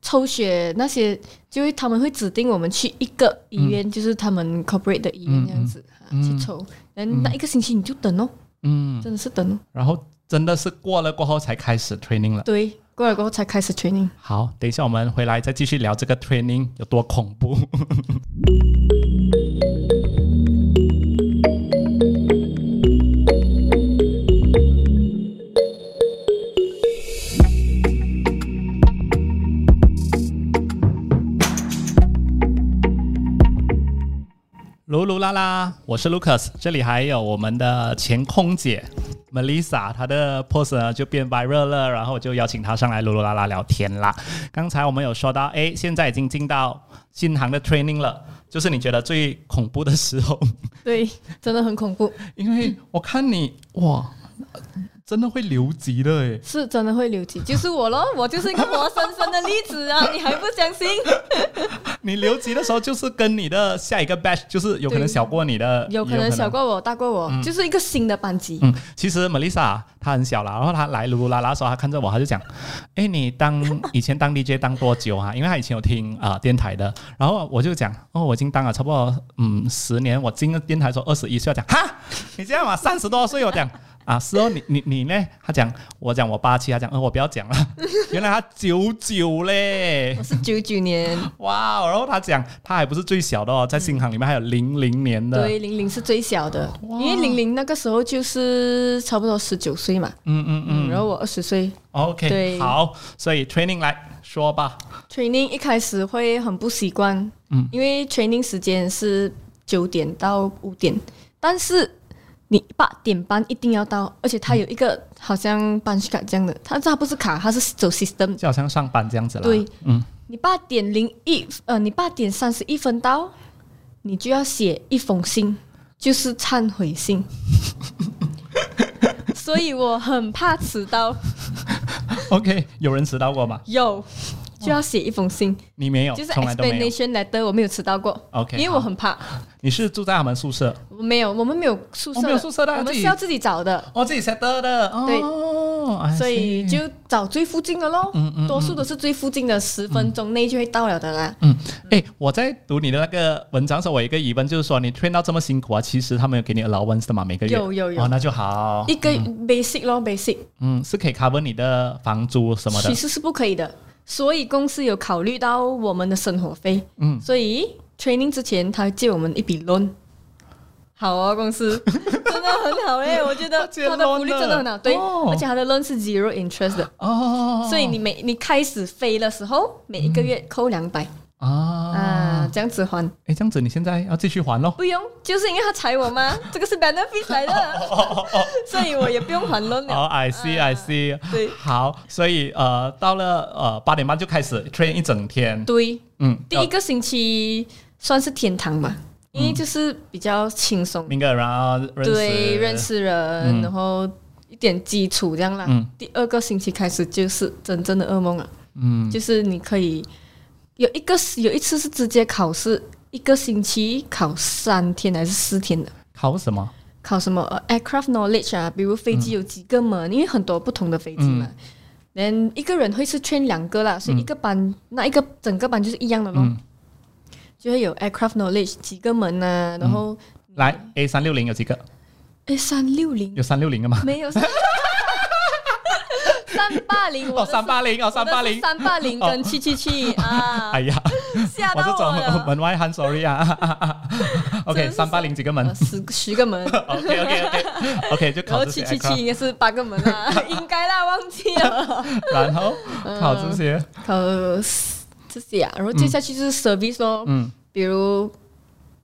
[SPEAKER 2] 抽血那些，就会他们会指定我们去一个医院，就是他们 corporate 的医院这样子、啊去抽。然后那一个星期你就等哦，
[SPEAKER 1] 嗯，
[SPEAKER 2] 真的是等哦。
[SPEAKER 1] 然后真的是过了过后才开始 training 了。
[SPEAKER 2] 对，过了过后才开始 training。
[SPEAKER 1] 好，等一下我们回来再继续聊这个 training 有多恐怖。噜噜啦啦，我是 Lucas，这里还有我们的前空姐 Melissa，她的 post 呢就变 viral 了，然后我就邀请她上来噜噜啦啦聊天啦。刚才我们有说到，诶，现在已经进到新航的 training 了，就是你觉得最恐怖的时候，
[SPEAKER 2] 对，真的很恐怖，
[SPEAKER 1] 因为我看你哇，真的会留级的诶。
[SPEAKER 2] 是真的会留级，就是我咯，我就是一个活生生的例子啊！你还不相信？
[SPEAKER 1] 你留级的时候就是跟你的下一个 batch，就是有可能
[SPEAKER 2] 对
[SPEAKER 1] 小过你的，
[SPEAKER 2] 有可能小过我，大过我，就是一个新的班级。
[SPEAKER 1] 嗯，其实 Melissa 她很小啦，然后她来噜噜啦啦的时候，她看着我，她就讲：“哎，你 当以前当 DJ 当多久啊？因为她以前有听啊、呃电台的。”然后我就讲：“哦，我已经当了差不多嗯十年，我进了电台的时候二十一岁。”她讲：“哈，你这样嘛，三十多岁。”我讲。 啊，是哦，你你你呢？她讲，我讲我八七，她讲，呃，我不要讲了。 原来她九九嘞
[SPEAKER 2] 我，是九九年，
[SPEAKER 1] 哇！哦然后她讲，她还不是最小的哦，在新航里面还有零零年的，
[SPEAKER 2] 对，玲玲是最小的，因为玲玲那个时候就是差不多十九岁嘛，
[SPEAKER 1] 嗯嗯嗯
[SPEAKER 2] 嗯，然后我二十岁。
[SPEAKER 1] ，OK，
[SPEAKER 2] 对
[SPEAKER 1] 好，所以 training 来说吧，
[SPEAKER 2] training 一开始会很不习惯，嗯，因为 training 时间是九点到五点，但是你八点半一定要到，而且它有一个好像班卡这样的，它它不是卡，它是走 system
[SPEAKER 1] 就好像上班这样子啦。
[SPEAKER 2] 对，
[SPEAKER 1] 嗯，
[SPEAKER 2] 你八点零一呃，你八点三十一分到，你就要写一封信，就是忏悔 信。所以我很怕迟到，
[SPEAKER 1] OK，有人迟到过吗？
[SPEAKER 2] 有就要写一封信，
[SPEAKER 1] 你没有，
[SPEAKER 2] 就是
[SPEAKER 1] 哦从来都没有。
[SPEAKER 2] explanation letter，我没有迟到过。
[SPEAKER 1] OK，
[SPEAKER 2] 因为我很怕，
[SPEAKER 1] 你是住在他们宿舍？
[SPEAKER 2] 我没有，我们没有宿舍
[SPEAKER 1] 哦
[SPEAKER 2] 的，
[SPEAKER 1] 没有宿舍的
[SPEAKER 2] 我们
[SPEAKER 1] 自
[SPEAKER 2] 是
[SPEAKER 1] 己
[SPEAKER 2] 要自己找的，
[SPEAKER 1] 哦，自己 set 的。哦，I
[SPEAKER 2] 所以
[SPEAKER 1] see
[SPEAKER 2] 就找最附近的咯。
[SPEAKER 1] 嗯嗯嗯
[SPEAKER 2] 多数都是最附近的，十分钟内就会到了的啦。
[SPEAKER 1] 嗯，哎，我在读你的那个文章的时候，我有一个疑问就是说，你 train 到这么辛苦啊，其实他们有给你 allowance 的嘛？每个月
[SPEAKER 2] 有有有
[SPEAKER 1] 哦，那就好
[SPEAKER 2] 一。个 basic 咯，basic
[SPEAKER 1] 嗯，是可以 cover 你的房租什么的
[SPEAKER 2] 其。实是不可以的，所以公司有考虑到我们的生活费，
[SPEAKER 1] 嗯，
[SPEAKER 2] 所以 training 之前他借我们一笔 loan。好哦，公司真的很好哎、我觉得
[SPEAKER 1] 借
[SPEAKER 2] 他的
[SPEAKER 1] loan
[SPEAKER 2] 福利
[SPEAKER 1] 的
[SPEAKER 2] 真的很好，对，
[SPEAKER 1] 哦
[SPEAKER 2] 而且他的 loan 是 zero interest 的，
[SPEAKER 1] 哦，嗯
[SPEAKER 2] 所以你每你开始飞的时候，每一个月扣两百、
[SPEAKER 1] 啊，
[SPEAKER 2] 啊，这样子还，
[SPEAKER 1] 哎，这样子你现在要继续还咯。
[SPEAKER 2] 不用，就是因为他踩我嘛，这个是 benefit 来的，所以我也不用还 loan 了。
[SPEAKER 1] 哦，I see, I see。
[SPEAKER 2] 对
[SPEAKER 1] 好，所以呃，到了呃八点半就开始 train 一整天。
[SPEAKER 2] 对，
[SPEAKER 1] 嗯，
[SPEAKER 2] 第一个星期算是天堂吧，因为就是比较轻松，
[SPEAKER 1] 明哥，然后嗯认识
[SPEAKER 2] 对，认识人，
[SPEAKER 1] 嗯
[SPEAKER 2] 然后一点基础这样啦。
[SPEAKER 1] 嗯
[SPEAKER 2] 第二个星期开始就是真正的噩梦了，
[SPEAKER 1] 嗯
[SPEAKER 2] 就是你可以有一个有一次是直接考试，一个星期考三天还是四天的。
[SPEAKER 1] 考什么？
[SPEAKER 2] 考什么呃 aircraft knowledge 啊，比如飞
[SPEAKER 1] 嗯
[SPEAKER 2] 机有几个门，因为很多不同的飞机嘛。嗯，一个人会是 train 两个啦，所以一个班、那一个整个班就是一样的咯，
[SPEAKER 1] 嗯
[SPEAKER 2] 就会有 aircraft knowledge 几个门呐、
[SPEAKER 1] 嗯
[SPEAKER 2] 然后
[SPEAKER 1] 来 A 三六零有几个？
[SPEAKER 2] 诶三六零
[SPEAKER 1] 有三六零的吗？
[SPEAKER 2] 没有 三八零，
[SPEAKER 1] 哦，三八零哦，三八零。
[SPEAKER 2] 三八零跟七七七啊
[SPEAKER 1] 哎，呀，
[SPEAKER 2] 吓
[SPEAKER 1] 我
[SPEAKER 2] 到
[SPEAKER 1] 是走
[SPEAKER 2] 了，
[SPEAKER 1] 门外汉，sorry 啊。OK，
[SPEAKER 2] 真的是
[SPEAKER 1] 三八零几个门
[SPEAKER 2] 呃十十 个门，
[SPEAKER 1] ？OK OK OK OK，就
[SPEAKER 2] 然
[SPEAKER 1] 考
[SPEAKER 2] 后
[SPEAKER 1] 这
[SPEAKER 2] 七
[SPEAKER 1] 些
[SPEAKER 2] 七
[SPEAKER 1] aircraft，
[SPEAKER 2] 七应该是八个门啊， 应该啦，忘记了。
[SPEAKER 1] 然后哎
[SPEAKER 2] 嗯
[SPEAKER 1] 考这些，
[SPEAKER 2] 呃，这些啊，然后接下去就是 service 咯，
[SPEAKER 1] 嗯
[SPEAKER 2] 比如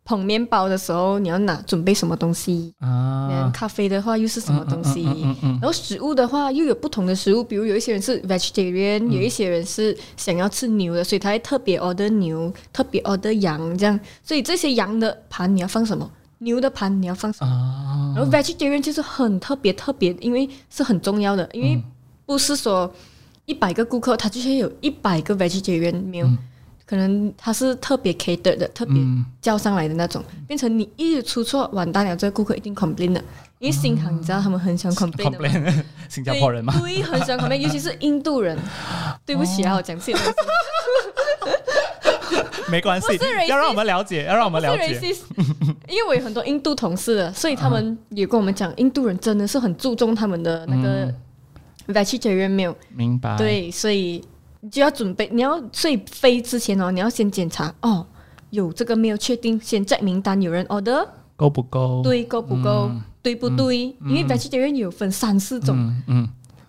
[SPEAKER 2] 捧面包的时候你要拿准备什么东西，嗯，
[SPEAKER 1] 啊，
[SPEAKER 2] 咖啡的话又是什么东西，
[SPEAKER 1] 嗯嗯嗯嗯
[SPEAKER 2] 然后食物的话又有不同的食物，比如有一些人是 vegetarian，、有
[SPEAKER 1] 嗯
[SPEAKER 2] 一些人是想要吃牛的，所以他会特别 order 牛，特别 order 羊这样，所以这些羊的盘你要放什么，牛的盘你要放什么。
[SPEAKER 1] 啊，
[SPEAKER 2] 然后 vegetarian 就是很特别特别，因为是很重要
[SPEAKER 1] 嗯
[SPEAKER 2] 的，因为不是说一百个顾客他就会有一百个 vegetarian meal，、
[SPEAKER 1] 嗯
[SPEAKER 2] 可能他是特别 catered 的，特别叫上来的那种，变成你一出错完蛋了，这个顾客一定 complain 的，因为新行你知道他们很想 complain 的嘛。
[SPEAKER 1] 嗯 complain 新加
[SPEAKER 2] 对
[SPEAKER 1] 坡人嘛，
[SPEAKER 2] 对，很想 complain，尤其是印度人。对不起啊，我讲这些东西，
[SPEAKER 1] 没关系
[SPEAKER 2] 不是，racist
[SPEAKER 1] 要让我们了解，要让我们
[SPEAKER 2] 不是
[SPEAKER 1] 了解。
[SPEAKER 2] racist，因为我有很多印度同事的，所以他们也跟我们讲，印度人真的是很注重他们的那个 vegetarian meal，
[SPEAKER 1] 明白。，
[SPEAKER 2] 对，所以你就要准备，你要所以飞之前哦，你要先检查哦，有这个没有确定，先 check 名单，有人 order
[SPEAKER 1] 够不够？，
[SPEAKER 2] 对够不够，对不对？因为 vegetarian 有分三四种，
[SPEAKER 1] 嗯嗯，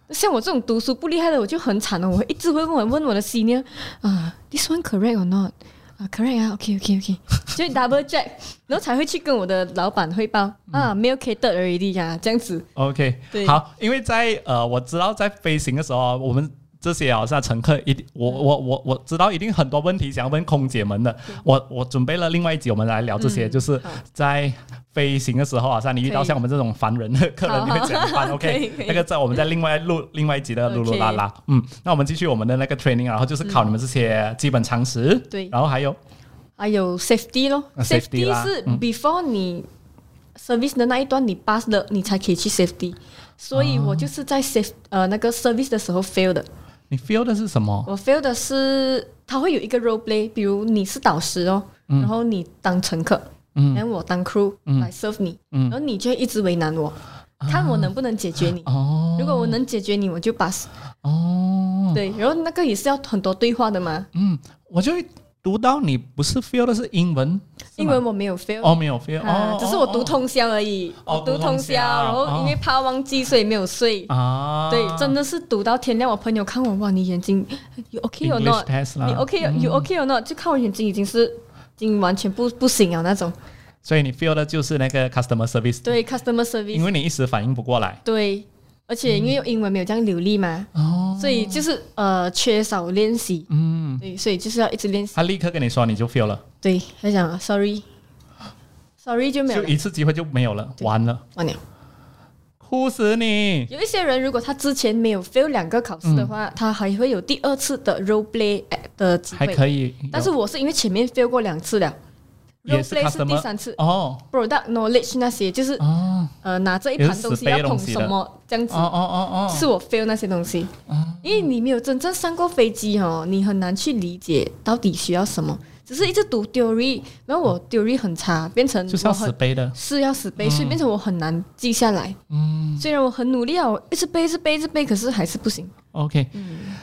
[SPEAKER 2] 像我这种读书不厉害的，我就很惨了，我会一直会问我问我的 senior 啊，this one correct or not？啊，correct 啊，OK OK OK，就 double check，然后 才会去跟我的老板汇报
[SPEAKER 1] 嗯
[SPEAKER 2] 啊，没有 catered already 呀，这样子，
[SPEAKER 1] OK，
[SPEAKER 2] 对
[SPEAKER 1] 好，因为在呃，我知道在飞行的时候啊，我们这些啊，像乘客一定，我
[SPEAKER 2] 嗯
[SPEAKER 1] 我我我知道一定很多问题想要问空姐们的。我我准备了另外一集，我们来聊这些，
[SPEAKER 2] 嗯
[SPEAKER 1] 就是
[SPEAKER 2] 好
[SPEAKER 1] 在飞行的时候啊，像你遇到
[SPEAKER 2] 可以
[SPEAKER 1] 像我们这种烦人的客人，
[SPEAKER 2] 好
[SPEAKER 1] 你会怎样办
[SPEAKER 2] 可
[SPEAKER 1] ？OK，
[SPEAKER 2] 以可 以
[SPEAKER 1] 那个在我们在另外录另外一集的噜噜
[SPEAKER 2] OK 嗯
[SPEAKER 1] 啦啦。嗯，那我们继续我们的那个 training，然后就是考你们这些基本常识。
[SPEAKER 2] 对
[SPEAKER 1] 然后还有
[SPEAKER 2] 还啊有 safety 咯、
[SPEAKER 1] 啊
[SPEAKER 2] s a f
[SPEAKER 1] safety
[SPEAKER 2] e t y
[SPEAKER 1] 啦
[SPEAKER 2] 是
[SPEAKER 1] 嗯
[SPEAKER 2] before 你 service 的那一段你 pass 了，你才可以去 safety。所以
[SPEAKER 1] 哦
[SPEAKER 2] 我就是在 safe 呃那个 service 的时候 fail 的，
[SPEAKER 1] 你 feel 的是什么？
[SPEAKER 2] 我 fail 的是它会有一个 role play，比如你是导师哦，
[SPEAKER 1] 嗯
[SPEAKER 2] 然后你当乘客，然后我当 crew 来 serve 你，
[SPEAKER 1] 嗯
[SPEAKER 2] 然后你就会一直为难我，
[SPEAKER 1] 啊
[SPEAKER 2] 看我能不能解决你。
[SPEAKER 1] 哦
[SPEAKER 2] 如果我能解决你，我就 pass。
[SPEAKER 1] 啊哦，
[SPEAKER 2] 对，然后那个也是要很多对话的嘛，
[SPEAKER 1] 嗯，我就会读到你不是 feel 的是英文，是
[SPEAKER 2] 因
[SPEAKER 1] 吗
[SPEAKER 2] 为我没有 fail。
[SPEAKER 1] 哦没有 feel，
[SPEAKER 2] 啊
[SPEAKER 1] 哦，，
[SPEAKER 2] 只是我
[SPEAKER 1] 哦
[SPEAKER 2] 读通宵而已，
[SPEAKER 1] 哦
[SPEAKER 2] 我读
[SPEAKER 1] 读通
[SPEAKER 2] 通
[SPEAKER 1] 宵哦
[SPEAKER 2] 宵，然后因为怕忘记，所以没有睡。
[SPEAKER 1] 啊，
[SPEAKER 2] 对，真的是读到天亮。我朋友看我，哇，你眼睛，you OK or
[SPEAKER 1] English
[SPEAKER 2] not？
[SPEAKER 1] test 啦，嗯
[SPEAKER 2] 你 OK？you OK or not？就看我眼睛已经是已经完全不不行了那种，
[SPEAKER 1] 所以你 feel 的就是那个 customer service，
[SPEAKER 2] 对 customer service，
[SPEAKER 1] 嗯因为你一时反应不过来。
[SPEAKER 2] 对，而且因为英文没有这样流利嘛，
[SPEAKER 1] 哦，
[SPEAKER 2] 所以就是呃缺少练习，
[SPEAKER 1] 嗯，
[SPEAKER 2] 对，所以就是要一直练习。
[SPEAKER 1] 他立刻跟你说你就 feel 了，
[SPEAKER 2] 对，他讲 sorry，sorry 就没有
[SPEAKER 1] 就
[SPEAKER 2] 了
[SPEAKER 1] 一次机会就没有了，
[SPEAKER 2] 对
[SPEAKER 1] 完了，
[SPEAKER 2] 完了。
[SPEAKER 1] 哭死你！
[SPEAKER 2] 有一些人如果他之前没有 fail 两个考试的话，他还会有第二次的 role play 的机
[SPEAKER 1] 嗯还
[SPEAKER 2] 会。
[SPEAKER 1] 可以，
[SPEAKER 2] 但是我是因为前面 fail 过两次了
[SPEAKER 1] 也
[SPEAKER 2] ，role
[SPEAKER 1] 是
[SPEAKER 2] play 是
[SPEAKER 1] customer
[SPEAKER 2] 第三次
[SPEAKER 1] 有哦
[SPEAKER 2] ，product knowledge 那些就是
[SPEAKER 1] 哦
[SPEAKER 2] 呃拿着一
[SPEAKER 1] 也是
[SPEAKER 2] 盘东
[SPEAKER 1] 死
[SPEAKER 2] 西
[SPEAKER 1] 背
[SPEAKER 2] 要
[SPEAKER 1] 东
[SPEAKER 2] 捧
[SPEAKER 1] 西
[SPEAKER 2] 什
[SPEAKER 1] 的
[SPEAKER 2] 么这样子
[SPEAKER 1] 哦哦，哦哦，
[SPEAKER 2] 是我 fail 那些东西，因为你没有真正上过飞机哦，你很难去理解到底需要什么。只是一直读 theory，然后我 theory 很差，变成
[SPEAKER 1] 哦就是要
[SPEAKER 2] 我很
[SPEAKER 1] 死背的，
[SPEAKER 2] 是要死背，所以变成我很难记下来。
[SPEAKER 1] 嗯
[SPEAKER 2] 虽然我很努力啊，我一直背、一直背、一直背，可是还是不行。
[SPEAKER 1] ，OK，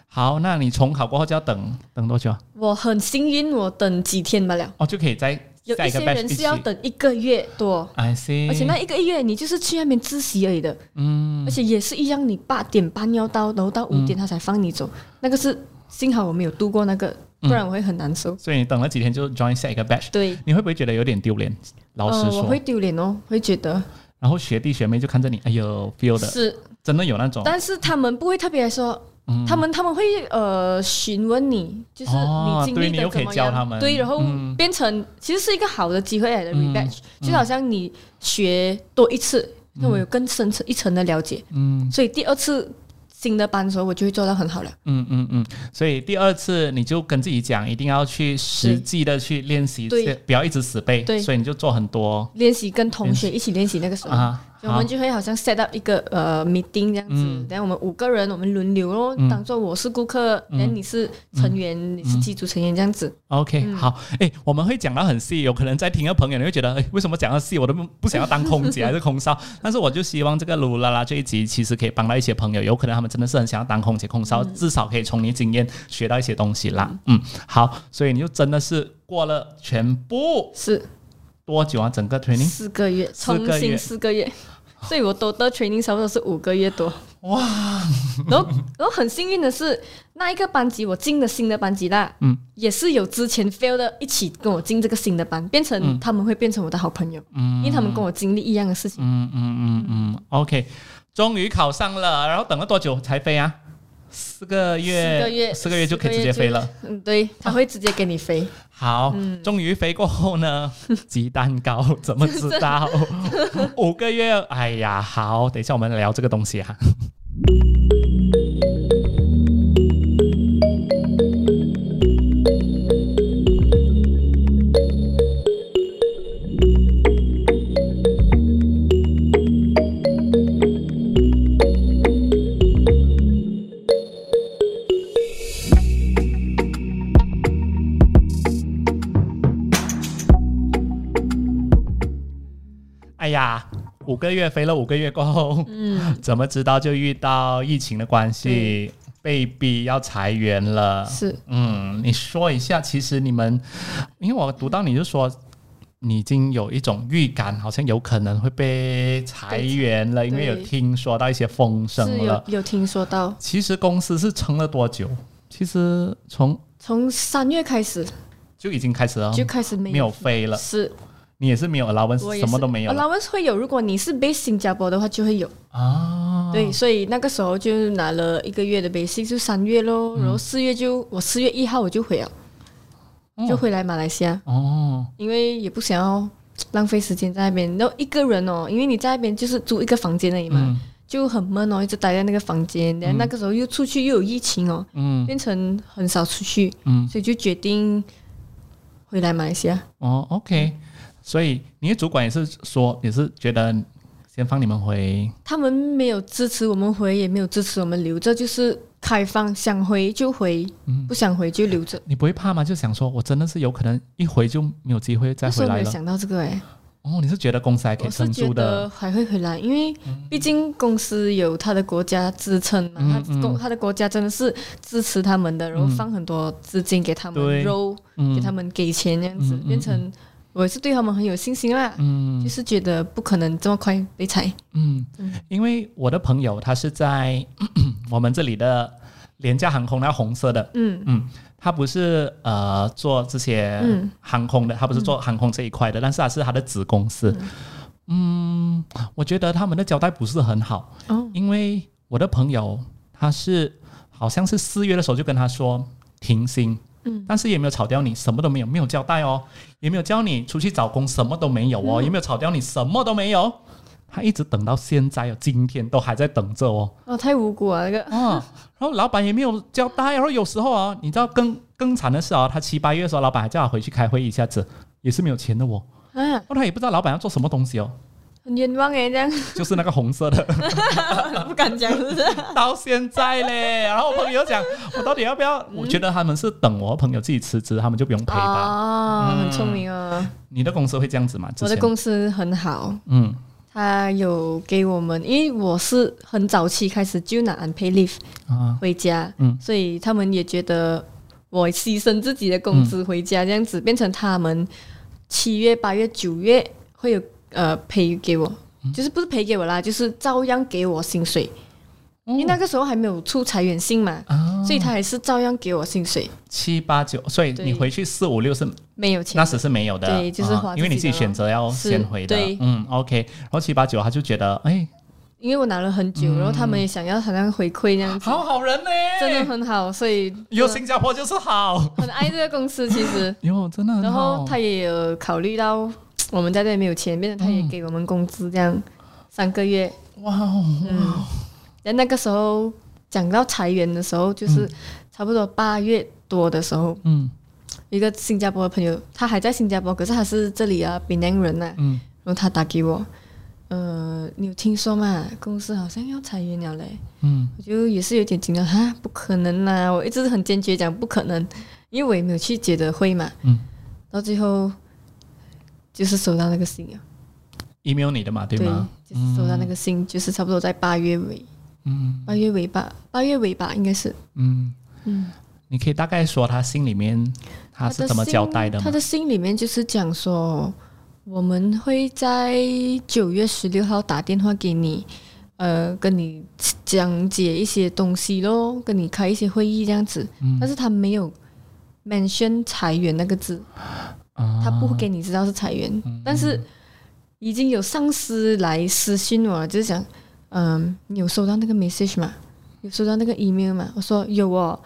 [SPEAKER 1] 好，
[SPEAKER 2] 嗯
[SPEAKER 1] 那你重考过后就要等等多久啊？
[SPEAKER 2] 我很幸运，我等几天罢了。
[SPEAKER 1] 哦，就可以再
[SPEAKER 2] 有
[SPEAKER 1] 下
[SPEAKER 2] 一
[SPEAKER 1] 一个
[SPEAKER 2] 些
[SPEAKER 1] batch
[SPEAKER 2] 人
[SPEAKER 1] 一
[SPEAKER 2] 是
[SPEAKER 1] 起。
[SPEAKER 2] 要等一个月多，
[SPEAKER 1] I see，
[SPEAKER 2] 而且那一个月你就是去那边自习而已的，
[SPEAKER 1] 嗯
[SPEAKER 2] 而且也是一样，你八点半要到，然后到五点他才放你走。那个是幸好我没有度过那个，不然我会很难受。
[SPEAKER 1] 所以你等了几天就 join 下一个 batch，
[SPEAKER 2] 对，
[SPEAKER 1] 你会不会觉得有点丢脸？老实
[SPEAKER 2] 呃，
[SPEAKER 1] 说，
[SPEAKER 2] 我会丢脸哦，会觉得
[SPEAKER 1] 然后学弟学妹就看着你，哎呦，feel 的，
[SPEAKER 2] 是，
[SPEAKER 1] 真的有那种，
[SPEAKER 2] 但是他们不会特别说，
[SPEAKER 1] 嗯
[SPEAKER 2] 他们他们会呃询问你，就是
[SPEAKER 1] 哦
[SPEAKER 2] 你经
[SPEAKER 1] 对
[SPEAKER 2] 历
[SPEAKER 1] 你
[SPEAKER 2] 的
[SPEAKER 1] 又可
[SPEAKER 2] 怎
[SPEAKER 1] 以
[SPEAKER 2] 么
[SPEAKER 1] 教
[SPEAKER 2] 样，
[SPEAKER 1] 他们
[SPEAKER 2] 对然后
[SPEAKER 1] 嗯
[SPEAKER 2] 变成其实是一个好的机会来的
[SPEAKER 1] 嗯
[SPEAKER 2] rebatch，、就好像你学多一次，那我有更深层一层的了解，
[SPEAKER 1] 嗯
[SPEAKER 2] 所以第二次新的班的时候，我就会做到很好了。
[SPEAKER 1] 嗯嗯嗯，所以第二次你就跟自己讲，一定要去实际的去练习，
[SPEAKER 2] 对
[SPEAKER 1] 这不要一直死背，
[SPEAKER 2] 对
[SPEAKER 1] 所以你就做很多
[SPEAKER 2] 练习跟同学一起练习那个时候。
[SPEAKER 1] 啊，
[SPEAKER 2] 所以我
[SPEAKER 1] 好
[SPEAKER 2] 们，就会好像 set up 一个呃 meeting 这样子，
[SPEAKER 1] 嗯
[SPEAKER 2] 然后我们五个人我们轮流咯，
[SPEAKER 1] 嗯
[SPEAKER 2] 当做我是顾客，
[SPEAKER 1] 嗯
[SPEAKER 2] 然后你是成员，你是机组成员这样子。
[SPEAKER 1] OK，、好，哎，我们会讲到很细，有可能在听的朋友你会觉得，哎，为什么讲到细，我都不不想要当空姐还是空 少，但是我就希望这个噜啦啦这一集其实可以帮到一些朋友，有可能他们真的是很想要当空姐、空
[SPEAKER 2] 嗯
[SPEAKER 1] 少，至少可以从你经验学到一些东西啦。嗯，好，所以你就真的是过了全部
[SPEAKER 2] 是
[SPEAKER 1] 多久啊？整个 training
[SPEAKER 2] 四个月，
[SPEAKER 1] 四个
[SPEAKER 2] 重
[SPEAKER 1] 月哦
[SPEAKER 2] 新四个月，所以我 total training 差不多是五个月多。哇！然后，然后很幸运的是，那一个班级我进了新的班级啦，
[SPEAKER 1] 嗯，
[SPEAKER 2] 也是有之前 fail 的一起跟我进这个新的班，变成、
[SPEAKER 1] 嗯
[SPEAKER 2] 他们会变成我的好朋友，因为他们跟我经历一样的事情。
[SPEAKER 1] 嗯嗯嗯嗯，OK，终于考上了，然后等了多久才飞啊？四个月，
[SPEAKER 2] 四个月
[SPEAKER 1] 四个月就可以直
[SPEAKER 2] 四个
[SPEAKER 1] 接
[SPEAKER 2] 月
[SPEAKER 1] 飞
[SPEAKER 2] 就
[SPEAKER 1] 了。
[SPEAKER 2] 嗯，对，他会直接给你飞。
[SPEAKER 1] 好，
[SPEAKER 2] 嗯
[SPEAKER 1] 终于飞过后呢， 鸡蛋糕怎么知道？五个月，哎呀，好，等一下我们聊这个东西 啊。哎呀，五个月飞了五个月过后，
[SPEAKER 2] 嗯，
[SPEAKER 1] 怎么知道就遇到疫情的关系，被逼要裁员了。
[SPEAKER 2] 是
[SPEAKER 1] 嗯，你说一下，其实你们，因为我读到你就说。你已经有一种预感，好像有可能会被裁员了，因为有
[SPEAKER 2] 对
[SPEAKER 1] 听说到一些风
[SPEAKER 2] 是
[SPEAKER 1] 声
[SPEAKER 2] 有
[SPEAKER 1] 了。
[SPEAKER 2] 有听说到，
[SPEAKER 1] 其实公司是撑了多久？其实从
[SPEAKER 2] 从三月开始
[SPEAKER 1] 就已经开始了，
[SPEAKER 2] 就开始没
[SPEAKER 1] 哦没有飞了，
[SPEAKER 2] 是
[SPEAKER 1] 你也是没有 allowance，
[SPEAKER 2] 我也
[SPEAKER 1] 什么
[SPEAKER 2] 是
[SPEAKER 1] 都没有了
[SPEAKER 2] allowance 会有，如果你是 base 新加坡的话就会有。
[SPEAKER 1] 啊。
[SPEAKER 2] 对，所以那个时候就拿了一个月的 basic，就三月咯，
[SPEAKER 1] 嗯
[SPEAKER 2] 然后四月就我四月一号我就回了，
[SPEAKER 1] 哦
[SPEAKER 2] 就回来马来西亚，
[SPEAKER 1] 哦，
[SPEAKER 2] 因为也不想要浪费时间在那边，然后一个人哦，因为你在那边就是租一个房间而已嘛，
[SPEAKER 1] 嗯
[SPEAKER 2] 就很闷哦，一直待在那个房间，然后那个时候又出去又有疫情哦，
[SPEAKER 1] 嗯
[SPEAKER 2] 变成很少出去，
[SPEAKER 1] 嗯，
[SPEAKER 2] 所以就决定回来马来西亚。
[SPEAKER 1] 哦，OK，所以你的主管也是说，也是觉得先放你们回，
[SPEAKER 2] 他们没有支持我们回，也没有支持我们留着，就是开放，想回就回，
[SPEAKER 1] 嗯
[SPEAKER 2] 不想回就留着。
[SPEAKER 1] 你不会怕吗？就想说我真的是有可能一回就没有机会再
[SPEAKER 2] 那时
[SPEAKER 1] 回
[SPEAKER 2] 候没
[SPEAKER 1] 来
[SPEAKER 2] 有
[SPEAKER 1] 了。
[SPEAKER 2] 想到这个哎、
[SPEAKER 1] 哦，你是觉得公司还可以
[SPEAKER 2] 我是
[SPEAKER 1] 撑
[SPEAKER 2] 觉
[SPEAKER 1] 住
[SPEAKER 2] 得
[SPEAKER 1] 的？
[SPEAKER 2] 还会回来，因为毕竟公司有他的国家支撑嘛，
[SPEAKER 1] 嗯
[SPEAKER 2] 他
[SPEAKER 1] 嗯
[SPEAKER 2] 国他的国家真的是支持他们的，然后
[SPEAKER 1] 嗯
[SPEAKER 2] 放很多资金给他
[SPEAKER 1] 对
[SPEAKER 2] 们，肉
[SPEAKER 1] 嗯
[SPEAKER 2] 给他们给钱这样子
[SPEAKER 1] 嗯嗯，嗯
[SPEAKER 2] 变成我也是对他们很有信心啦，
[SPEAKER 1] 嗯
[SPEAKER 2] 就是觉得不可能这么快被裁。
[SPEAKER 1] 嗯，因为我的朋友他是在我们这里的。廉价航空那红色的，
[SPEAKER 2] 嗯
[SPEAKER 1] 嗯，他不是呃做这些
[SPEAKER 2] 嗯
[SPEAKER 1] 航空的，他不是做航空这一块的，但是他是他的子公司。嗯，我觉得他们的交代不是很好，
[SPEAKER 2] 哦
[SPEAKER 1] 因为我的朋友他是好像是四月的时候就跟他说停薪，
[SPEAKER 2] 嗯，
[SPEAKER 1] 但是也没有炒掉你，什么都没有，没有交代哦，也没有叫你出去找工，什么都没有
[SPEAKER 2] 嗯
[SPEAKER 1] 哦，也没有炒掉你，什么都没有。他一直等到现在哦，今天都还在等着哦。
[SPEAKER 2] 哦，太无辜了那个，
[SPEAKER 1] 啊，然后老板也没有交代，然后有时候啊，你知道更更惨的是啊，他七八月的时候，老板还叫他回去开会一下子，也是没有钱的哦，
[SPEAKER 2] 啊，
[SPEAKER 1] 然后他也不知道老板要做什么东西哦，
[SPEAKER 2] 很冤枉哎，这样
[SPEAKER 1] 就是那个红色的，
[SPEAKER 2] 不敢讲是不是？
[SPEAKER 1] 到现在嘞，然后我朋友讲，我到底要不要？我觉得他们是等我朋友自己辞职，他们就不用赔吧。
[SPEAKER 2] 哦，
[SPEAKER 1] 嗯
[SPEAKER 2] 很聪明哦，
[SPEAKER 1] 你的公司会这样子吗？之
[SPEAKER 2] 我的
[SPEAKER 1] 前
[SPEAKER 2] 公司很好，
[SPEAKER 1] 嗯
[SPEAKER 2] 他有给我们，因为我是很早期开始就拿 unpaid leave
[SPEAKER 1] 啊
[SPEAKER 2] 回家，
[SPEAKER 1] 嗯
[SPEAKER 2] 所以他们也觉得我牺牲自己的工资回家，这样子变成他们七月、八月、九月会有呃赔给我，
[SPEAKER 1] 嗯
[SPEAKER 2] 就是不是赔给我啦，就是照样给我薪水，
[SPEAKER 1] 哦
[SPEAKER 2] 因为那个时候还没有出裁员信嘛，
[SPEAKER 1] 啊，
[SPEAKER 2] 所以他还是照样给我薪水，
[SPEAKER 1] 七八九，所以
[SPEAKER 2] 对
[SPEAKER 1] 你回去四五六是
[SPEAKER 2] 没有钱
[SPEAKER 1] 那。时是没有的，
[SPEAKER 2] 对就是花
[SPEAKER 1] 啊、因为你自己
[SPEAKER 2] 自己的咯
[SPEAKER 1] 选择要
[SPEAKER 2] 是
[SPEAKER 1] 先回的
[SPEAKER 2] 对，
[SPEAKER 1] 嗯，OK，然后七八九他就觉得，哎，
[SPEAKER 2] 因为我拿了很久，然后他们也想要好像回馈这样子，
[SPEAKER 1] 嗯 好好人呢、
[SPEAKER 2] 真的很好，所以真的
[SPEAKER 1] 有新加坡就是好。
[SPEAKER 2] 很爱这个公司其实。
[SPEAKER 1] 哟，真的很好。
[SPEAKER 2] 然后他也有考虑到我们在这里没有钱，变成他也
[SPEAKER 1] 嗯
[SPEAKER 2] 给我们工资这样三个月。
[SPEAKER 1] 哇哦，
[SPEAKER 2] 嗯，然后那个时候讲到裁员的时候，就是差不多八月多的时候，
[SPEAKER 1] 嗯
[SPEAKER 2] 一个新加坡的朋友，他还在新加坡，可是他是这里啊，槟榔人呐、
[SPEAKER 1] 嗯，
[SPEAKER 2] 然后他打给我，呃，你有听说吗？公司好像要裁员了嘞。
[SPEAKER 1] 嗯
[SPEAKER 2] 我就也是有点紧张哈，不可能啦！我一直很坚决讲不可能，因为我也没有去结的会嘛。
[SPEAKER 1] 嗯。
[SPEAKER 2] 到最后就是收到那个信啊，
[SPEAKER 1] ，email 你的嘛，对吗？
[SPEAKER 2] 就是收到那个信，就是差不多在八月尾，
[SPEAKER 1] 嗯
[SPEAKER 2] 八月尾吧，八月尾吧，应该是。
[SPEAKER 1] 嗯，
[SPEAKER 2] 嗯，
[SPEAKER 1] 你可以大概说他心里面他是怎么交代的
[SPEAKER 2] 他
[SPEAKER 1] 吗？
[SPEAKER 2] 的信里面就是讲说，我们会在九月十六号打电话给你，呃，跟你讲解一些东西咯，跟你开一些会议这样子。
[SPEAKER 1] 嗯
[SPEAKER 2] 但是他没有 mention 裁员那个字，
[SPEAKER 1] 啊嗯
[SPEAKER 2] 他不会给你知道是裁员，但是已经有上司来私信我了，就是讲，嗯，你有收到那个 message 吗？有收到那个 email 吗？我说有哦。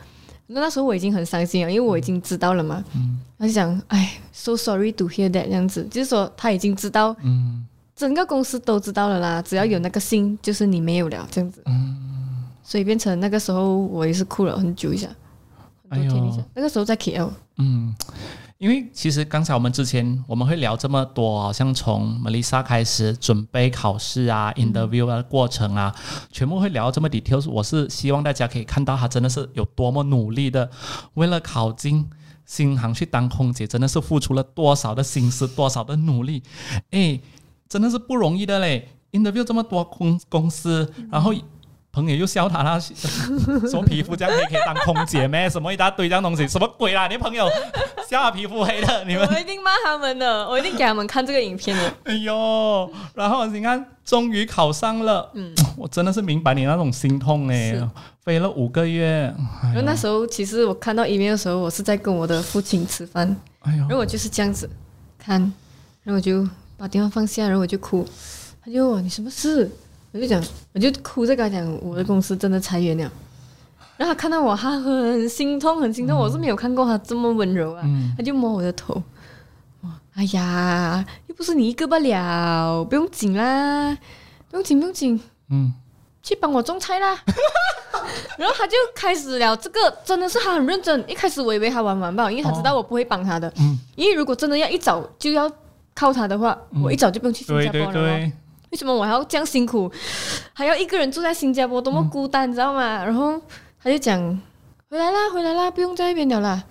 [SPEAKER 2] 那那时候我已经很伤心了，因为我已经知道了嘛。他就讲，哎，so sorry to hear that 这样子，就是说他已经知道，
[SPEAKER 1] 嗯
[SPEAKER 2] 整个公司都知道了啦，只要有那个信，就是你没有了这样子。
[SPEAKER 1] 嗯
[SPEAKER 2] 所以变成那个时候我也是哭了很久一下，很多天一下。
[SPEAKER 1] 哎呦
[SPEAKER 2] 那个时候在 KL，
[SPEAKER 1] 嗯。因为其实刚才我们之前我们会聊这么多，好像从 Melissa 开始准备考试啊、interview 啊的过程啊，全部会聊到这么 details。我是希望大家可以看到她真的是有多么努力的，为了考进新航去当空姐，真的是付出了多少的心思，多少的努力，哎，真的是不容易的嘞。interview 这么多公公司，然后。朋友又笑他啦， 什么皮肤这样黑可以当空姐咩？ 什么一大堆这样东西，什么鬼啦？你朋友 笑他皮肤黑的，你 们
[SPEAKER 2] 我一定骂他们的，我一定给他们看这个影片的。
[SPEAKER 1] 哎呦，然后你看，终于考上了，嗯，我真的是明白你那种心痛哎、
[SPEAKER 2] 是
[SPEAKER 1] 飞了五个月，哎
[SPEAKER 2] 然后
[SPEAKER 1] 呦
[SPEAKER 2] 那时候，其实我看到 email 的时候，我是在跟我的父亲吃饭，
[SPEAKER 1] 哎
[SPEAKER 2] 然
[SPEAKER 1] 呦，
[SPEAKER 2] 后我就是这样子看，然后我就把电话放下，然后我就哭。他就问我你什么事？我就讲，我就哭着跟他讲，我的公司真的裁员了。然后他看到我，他很心痛，很心痛。我是没有看过他这么温柔啊，
[SPEAKER 1] 嗯
[SPEAKER 2] 他就摸我的头，哇哎呀，又不是你一个不了，不用紧啦，不用紧，不用紧。
[SPEAKER 1] 嗯，
[SPEAKER 2] 去帮我种菜啦。 然后他就开始了，这个真的是他很认真。一开始我以为他玩玩吧，因为他知道我不会帮他的。
[SPEAKER 1] 嗯
[SPEAKER 2] 因为如果真的要一早就要靠他的话，
[SPEAKER 1] 嗯
[SPEAKER 2] 我一早就不用去新
[SPEAKER 1] 对
[SPEAKER 2] 加坡哦
[SPEAKER 1] 对
[SPEAKER 2] 了咯。
[SPEAKER 1] 对，
[SPEAKER 2] 为什么我还要这样辛苦，还要一个人住在新加坡，多么孤单，你知道
[SPEAKER 1] 嗯
[SPEAKER 2] 吗？然后他就讲回来啦，回来啦，不用在那边了啦。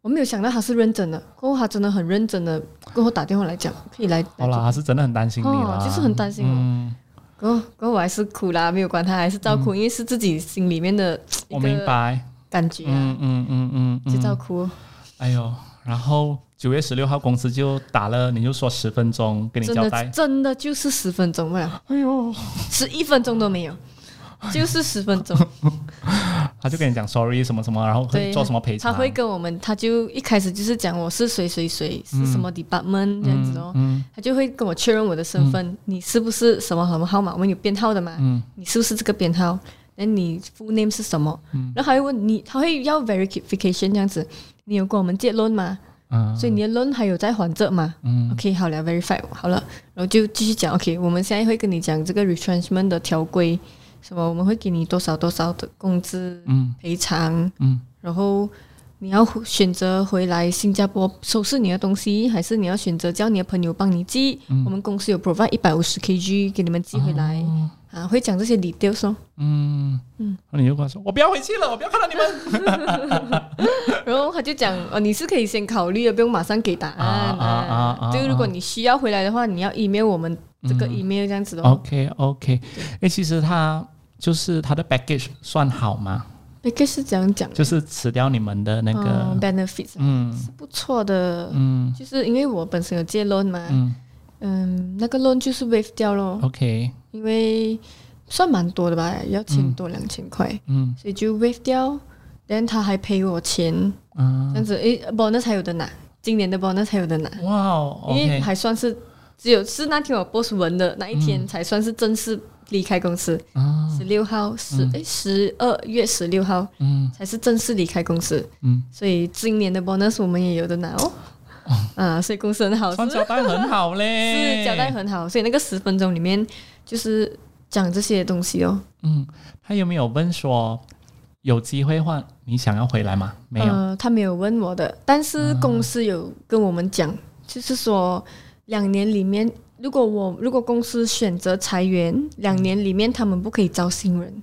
[SPEAKER 2] 我没有想到他是认真的，过后他真的很认真的跟我打电话来讲，可以来。
[SPEAKER 1] 好啦，还是真的很担心你啦，
[SPEAKER 2] 哦就是很担心我
[SPEAKER 1] 嗯，
[SPEAKER 2] 然后，然后我还是哭啦，没有管他，还是照哭，因为是自己心里面的一
[SPEAKER 1] 我明
[SPEAKER 2] 个
[SPEAKER 1] 白，
[SPEAKER 2] 感觉啊，
[SPEAKER 1] 嗯嗯嗯嗯
[SPEAKER 2] 就照
[SPEAKER 1] 嗯，
[SPEAKER 2] 哭。哦
[SPEAKER 1] 哎呦，然后九月十六号公司就打了，你就说十分钟跟你
[SPEAKER 2] 真
[SPEAKER 1] 交
[SPEAKER 2] 的
[SPEAKER 1] 代，
[SPEAKER 2] 真的就是十分钟不了，
[SPEAKER 1] 哎呦，
[SPEAKER 2] 十一分钟都没有，就是十分钟。
[SPEAKER 1] 他就跟你讲 sorry 什么什么，然后 会
[SPEAKER 2] 对
[SPEAKER 1] 做什么赔偿。
[SPEAKER 2] 他会跟我们，他就一开始就是讲我是谁谁谁是什么 department 这样子哦，
[SPEAKER 1] 嗯
[SPEAKER 2] 他就会跟我确认我的身份，你是不是什么什么号码，我们有编号的嘛，
[SPEAKER 1] 嗯
[SPEAKER 2] 你是不是这个编号？那你 full name 是什么？
[SPEAKER 1] 嗯
[SPEAKER 2] 然后还会问你，他会要 verification 这样子，你有跟我们借 loan 吗？
[SPEAKER 1] 嗯
[SPEAKER 2] 所以你的 loan 还有在还这吗？
[SPEAKER 1] 嗯
[SPEAKER 2] OK，好了，verify 好了，然后就继续讲。OK，我们现在会跟你讲这个 retrenchment 的条规，什么我们会给你多少多少的工资
[SPEAKER 1] 嗯
[SPEAKER 2] 赔偿，
[SPEAKER 1] 嗯
[SPEAKER 2] 然后你要选择回来新加坡收拾你的东西，还是你要选择叫你的朋友帮你寄？
[SPEAKER 1] 嗯
[SPEAKER 2] 我们公司有 provide 一百五十 kg 给你们寄回来、
[SPEAKER 1] 哦
[SPEAKER 2] 啊，会讲这些 details 哦。
[SPEAKER 1] 嗯嗯，然后你就跟他说，我不要回去了，我不要看到你们。
[SPEAKER 2] 然后他就讲，哦，你是可以先考虑的，不用马上给答案
[SPEAKER 1] 啊啊啊嗯啊
[SPEAKER 2] 就如果你需要回来的话，你要 email 我们这个 email 这样子的、哦。
[SPEAKER 1] OK OK，哎、其实他就是他的 package 算好吗？
[SPEAKER 2] 应该哎是这样讲的，
[SPEAKER 1] 就是辞掉你们的那个
[SPEAKER 2] 嗯、，benefits
[SPEAKER 1] 嗯
[SPEAKER 2] 是不错的，
[SPEAKER 1] 嗯
[SPEAKER 2] 就是因为我本身有借 loan 嘛，嗯
[SPEAKER 1] 嗯哦
[SPEAKER 2] 那个 loan 就是 waive 掉咯，
[SPEAKER 1] ，OK，
[SPEAKER 2] 因为算蛮多的吧，要千多两千块，
[SPEAKER 1] 嗯
[SPEAKER 2] 所以就 waive 掉，然后他还赔我钱，
[SPEAKER 1] 嗯
[SPEAKER 2] 这，样子诶，bonus 还有的拿，今年的 bonus 还有的拿，
[SPEAKER 1] 哇哦
[SPEAKER 2] 因为
[SPEAKER 1] ，OK，
[SPEAKER 2] 还算是只有是那天我 boss 闻的那一
[SPEAKER 1] 嗯
[SPEAKER 2] 天才算是正式离开公司，
[SPEAKER 1] 啊，
[SPEAKER 2] 十六号十诶十二月十六号
[SPEAKER 1] 嗯
[SPEAKER 2] 才是正式离开公司。
[SPEAKER 1] 嗯，
[SPEAKER 2] 所以今年的 bonus 我们也有的拿哦。啊，所以公司很好，
[SPEAKER 1] 穿
[SPEAKER 2] 是
[SPEAKER 1] 胶带很好嘞，
[SPEAKER 2] 是交代很好，所以那个十分钟里面就是讲这些东西哦。
[SPEAKER 1] 嗯，他有没有问说有机会的话你想要回来吗？没有，嗯
[SPEAKER 2] 呃，他没有问我的，但是公司有跟我们讲，就是说两年里面，如果我如果公司选择裁员，两年里面他们不可以招新人。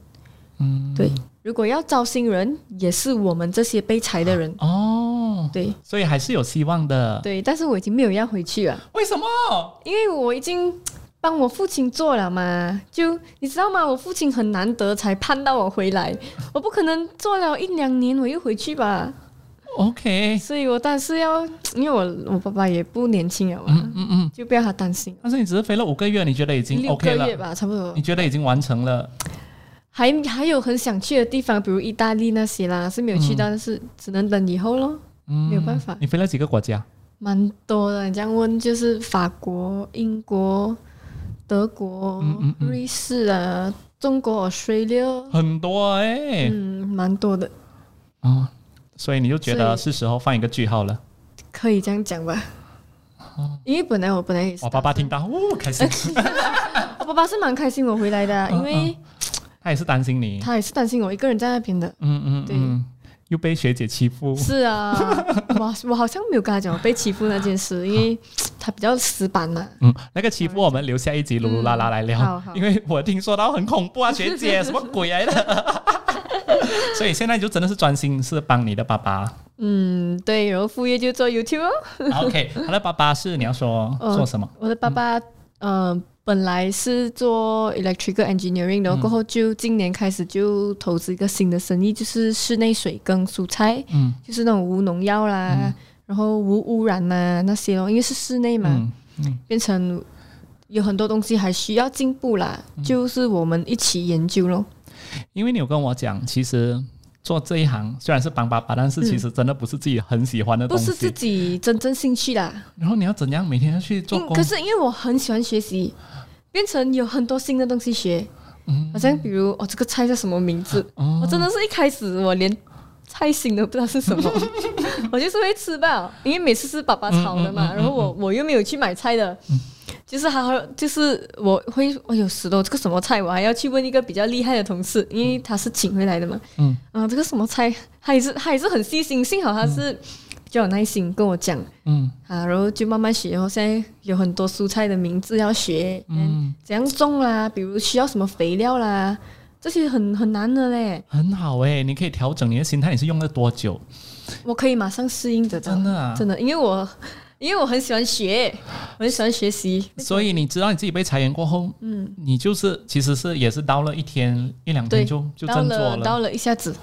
[SPEAKER 1] 嗯，
[SPEAKER 2] 对，如果要招新人，也是我们这些被裁的人。
[SPEAKER 1] 哦，
[SPEAKER 2] 对
[SPEAKER 1] 所以还是有希望的。
[SPEAKER 2] 对，但是我已经没有要回去了。
[SPEAKER 1] 为什么？
[SPEAKER 2] 因为我已经帮我父亲做了嘛，就你知道吗？我父亲很难得才盼到我回来，我不可能做了一两年我又回去吧，
[SPEAKER 1] OK，
[SPEAKER 2] 所以我但是要，因为我我爸爸也不年轻了嘛，
[SPEAKER 1] 嗯嗯嗯，
[SPEAKER 2] 就不要他担心，
[SPEAKER 1] 但是你只是飞了五个月，你觉得已经
[SPEAKER 2] 六
[SPEAKER 1] OK
[SPEAKER 2] 个
[SPEAKER 1] 了
[SPEAKER 2] 月？吧，差不多
[SPEAKER 1] 你。觉得已经完成了？
[SPEAKER 2] 还还有很想去的地方，比如意大利那些啦，是没有去到，但是只能等以后咯。
[SPEAKER 1] 嗯，
[SPEAKER 2] 没有办法
[SPEAKER 1] 你飞了几个国家？
[SPEAKER 2] 蛮多的，你这样问就是法国、英国、德国、
[SPEAKER 1] 嗯嗯嗯
[SPEAKER 2] 瑞士啊、中国、Australia，
[SPEAKER 1] 很多哎、
[SPEAKER 2] 嗯，蛮多的，
[SPEAKER 1] 哦，所以你就觉得
[SPEAKER 2] 所
[SPEAKER 1] 是时候放一个句号了。
[SPEAKER 2] 可以这样讲吧。因为本来我本来也
[SPEAKER 1] 哦
[SPEAKER 2] 是，
[SPEAKER 1] 我爸爸听，到，哦，开 心，
[SPEAKER 2] 我爸爸是蛮开心我回来的啊，
[SPEAKER 1] 嗯
[SPEAKER 2] 因为
[SPEAKER 1] 他也是担心你。
[SPEAKER 2] 他也是担心我一个人在那边的。
[SPEAKER 1] 嗯嗯嗯，又被学姐欺负。
[SPEAKER 2] 是啊，我我好像没有跟他讲我被欺负那件事，因 为他比较死板啊嘛。
[SPEAKER 1] 嗯，那个欺负我们留下一集噜噜啦啦来聊，
[SPEAKER 2] 好好
[SPEAKER 1] 因为我听说到很恐怖 啊，学姐什么鬼来的？所以现在就真的是专心是帮你的爸 爸。
[SPEAKER 2] 嗯，对，然后副业就做 YouTube 哦。
[SPEAKER 1] OK，他的爸爸是你要说
[SPEAKER 2] 呃
[SPEAKER 1] 做什么？
[SPEAKER 2] 我的爸爸，
[SPEAKER 1] 嗯
[SPEAKER 2] 呃，本来是做 electrical engineering，然后
[SPEAKER 1] 嗯
[SPEAKER 2] 过后就今年开始就投资一个新的生意，就是室内水耕蔬菜。
[SPEAKER 1] 嗯
[SPEAKER 2] 就是那种无农药啦，然后无污染呐、那些咯，因为是室内嘛，
[SPEAKER 1] 嗯
[SPEAKER 2] 变成有很多东西还需要进步啦，
[SPEAKER 1] 嗯
[SPEAKER 2] 就是我们一起研究咯。
[SPEAKER 1] 因为你有跟我讲，其实做这一行虽然是帮爸爸，但是其实真的不是自己很喜欢的
[SPEAKER 2] 嗯不
[SPEAKER 1] 东
[SPEAKER 2] 是自
[SPEAKER 1] 西。
[SPEAKER 2] 己真正兴趣啦，
[SPEAKER 1] 然后你要怎样每天要去做
[SPEAKER 2] 因
[SPEAKER 1] 工
[SPEAKER 2] 嗯可？是因为我很喜欢学习，变成有很多新的东西学，好像比如哦这个菜叫什么名字，
[SPEAKER 1] 嗯哦
[SPEAKER 2] 我真的是一开始我连菜心都不知道是 什么，我就是会吃吧，因为每次是爸爸炒的
[SPEAKER 1] 嗯
[SPEAKER 2] 嘛，然后我我又没有去买菜的，就是还好，就是我会哎我有时都这个什么菜，我还要去问一个比较厉害的同事，因为他是请回来的嘛，
[SPEAKER 1] 嗯
[SPEAKER 2] 啊这个什么菜，他也是他也是很细心，幸好他是比较有耐心跟我讲
[SPEAKER 1] 嗯
[SPEAKER 2] 啊，然后就慢慢学，然后现在有很多蔬菜的名字要学，嗯，怎样种啦，比如需要什么肥料啦，这些很很难的嘞。
[SPEAKER 1] 很好哎、你可以调整你的心态，你是用了多久？
[SPEAKER 2] 嗯我可以马上适应得到，
[SPEAKER 1] 真的啊
[SPEAKER 2] 真的，因为我因为我很喜欢学，我很喜欢学习，
[SPEAKER 1] 所以你知道你自己被裁员过后，嗯，你就是其实是也是到了一天一两
[SPEAKER 2] 对
[SPEAKER 1] 天就就
[SPEAKER 2] 到
[SPEAKER 1] 振作
[SPEAKER 2] 了到了一下子。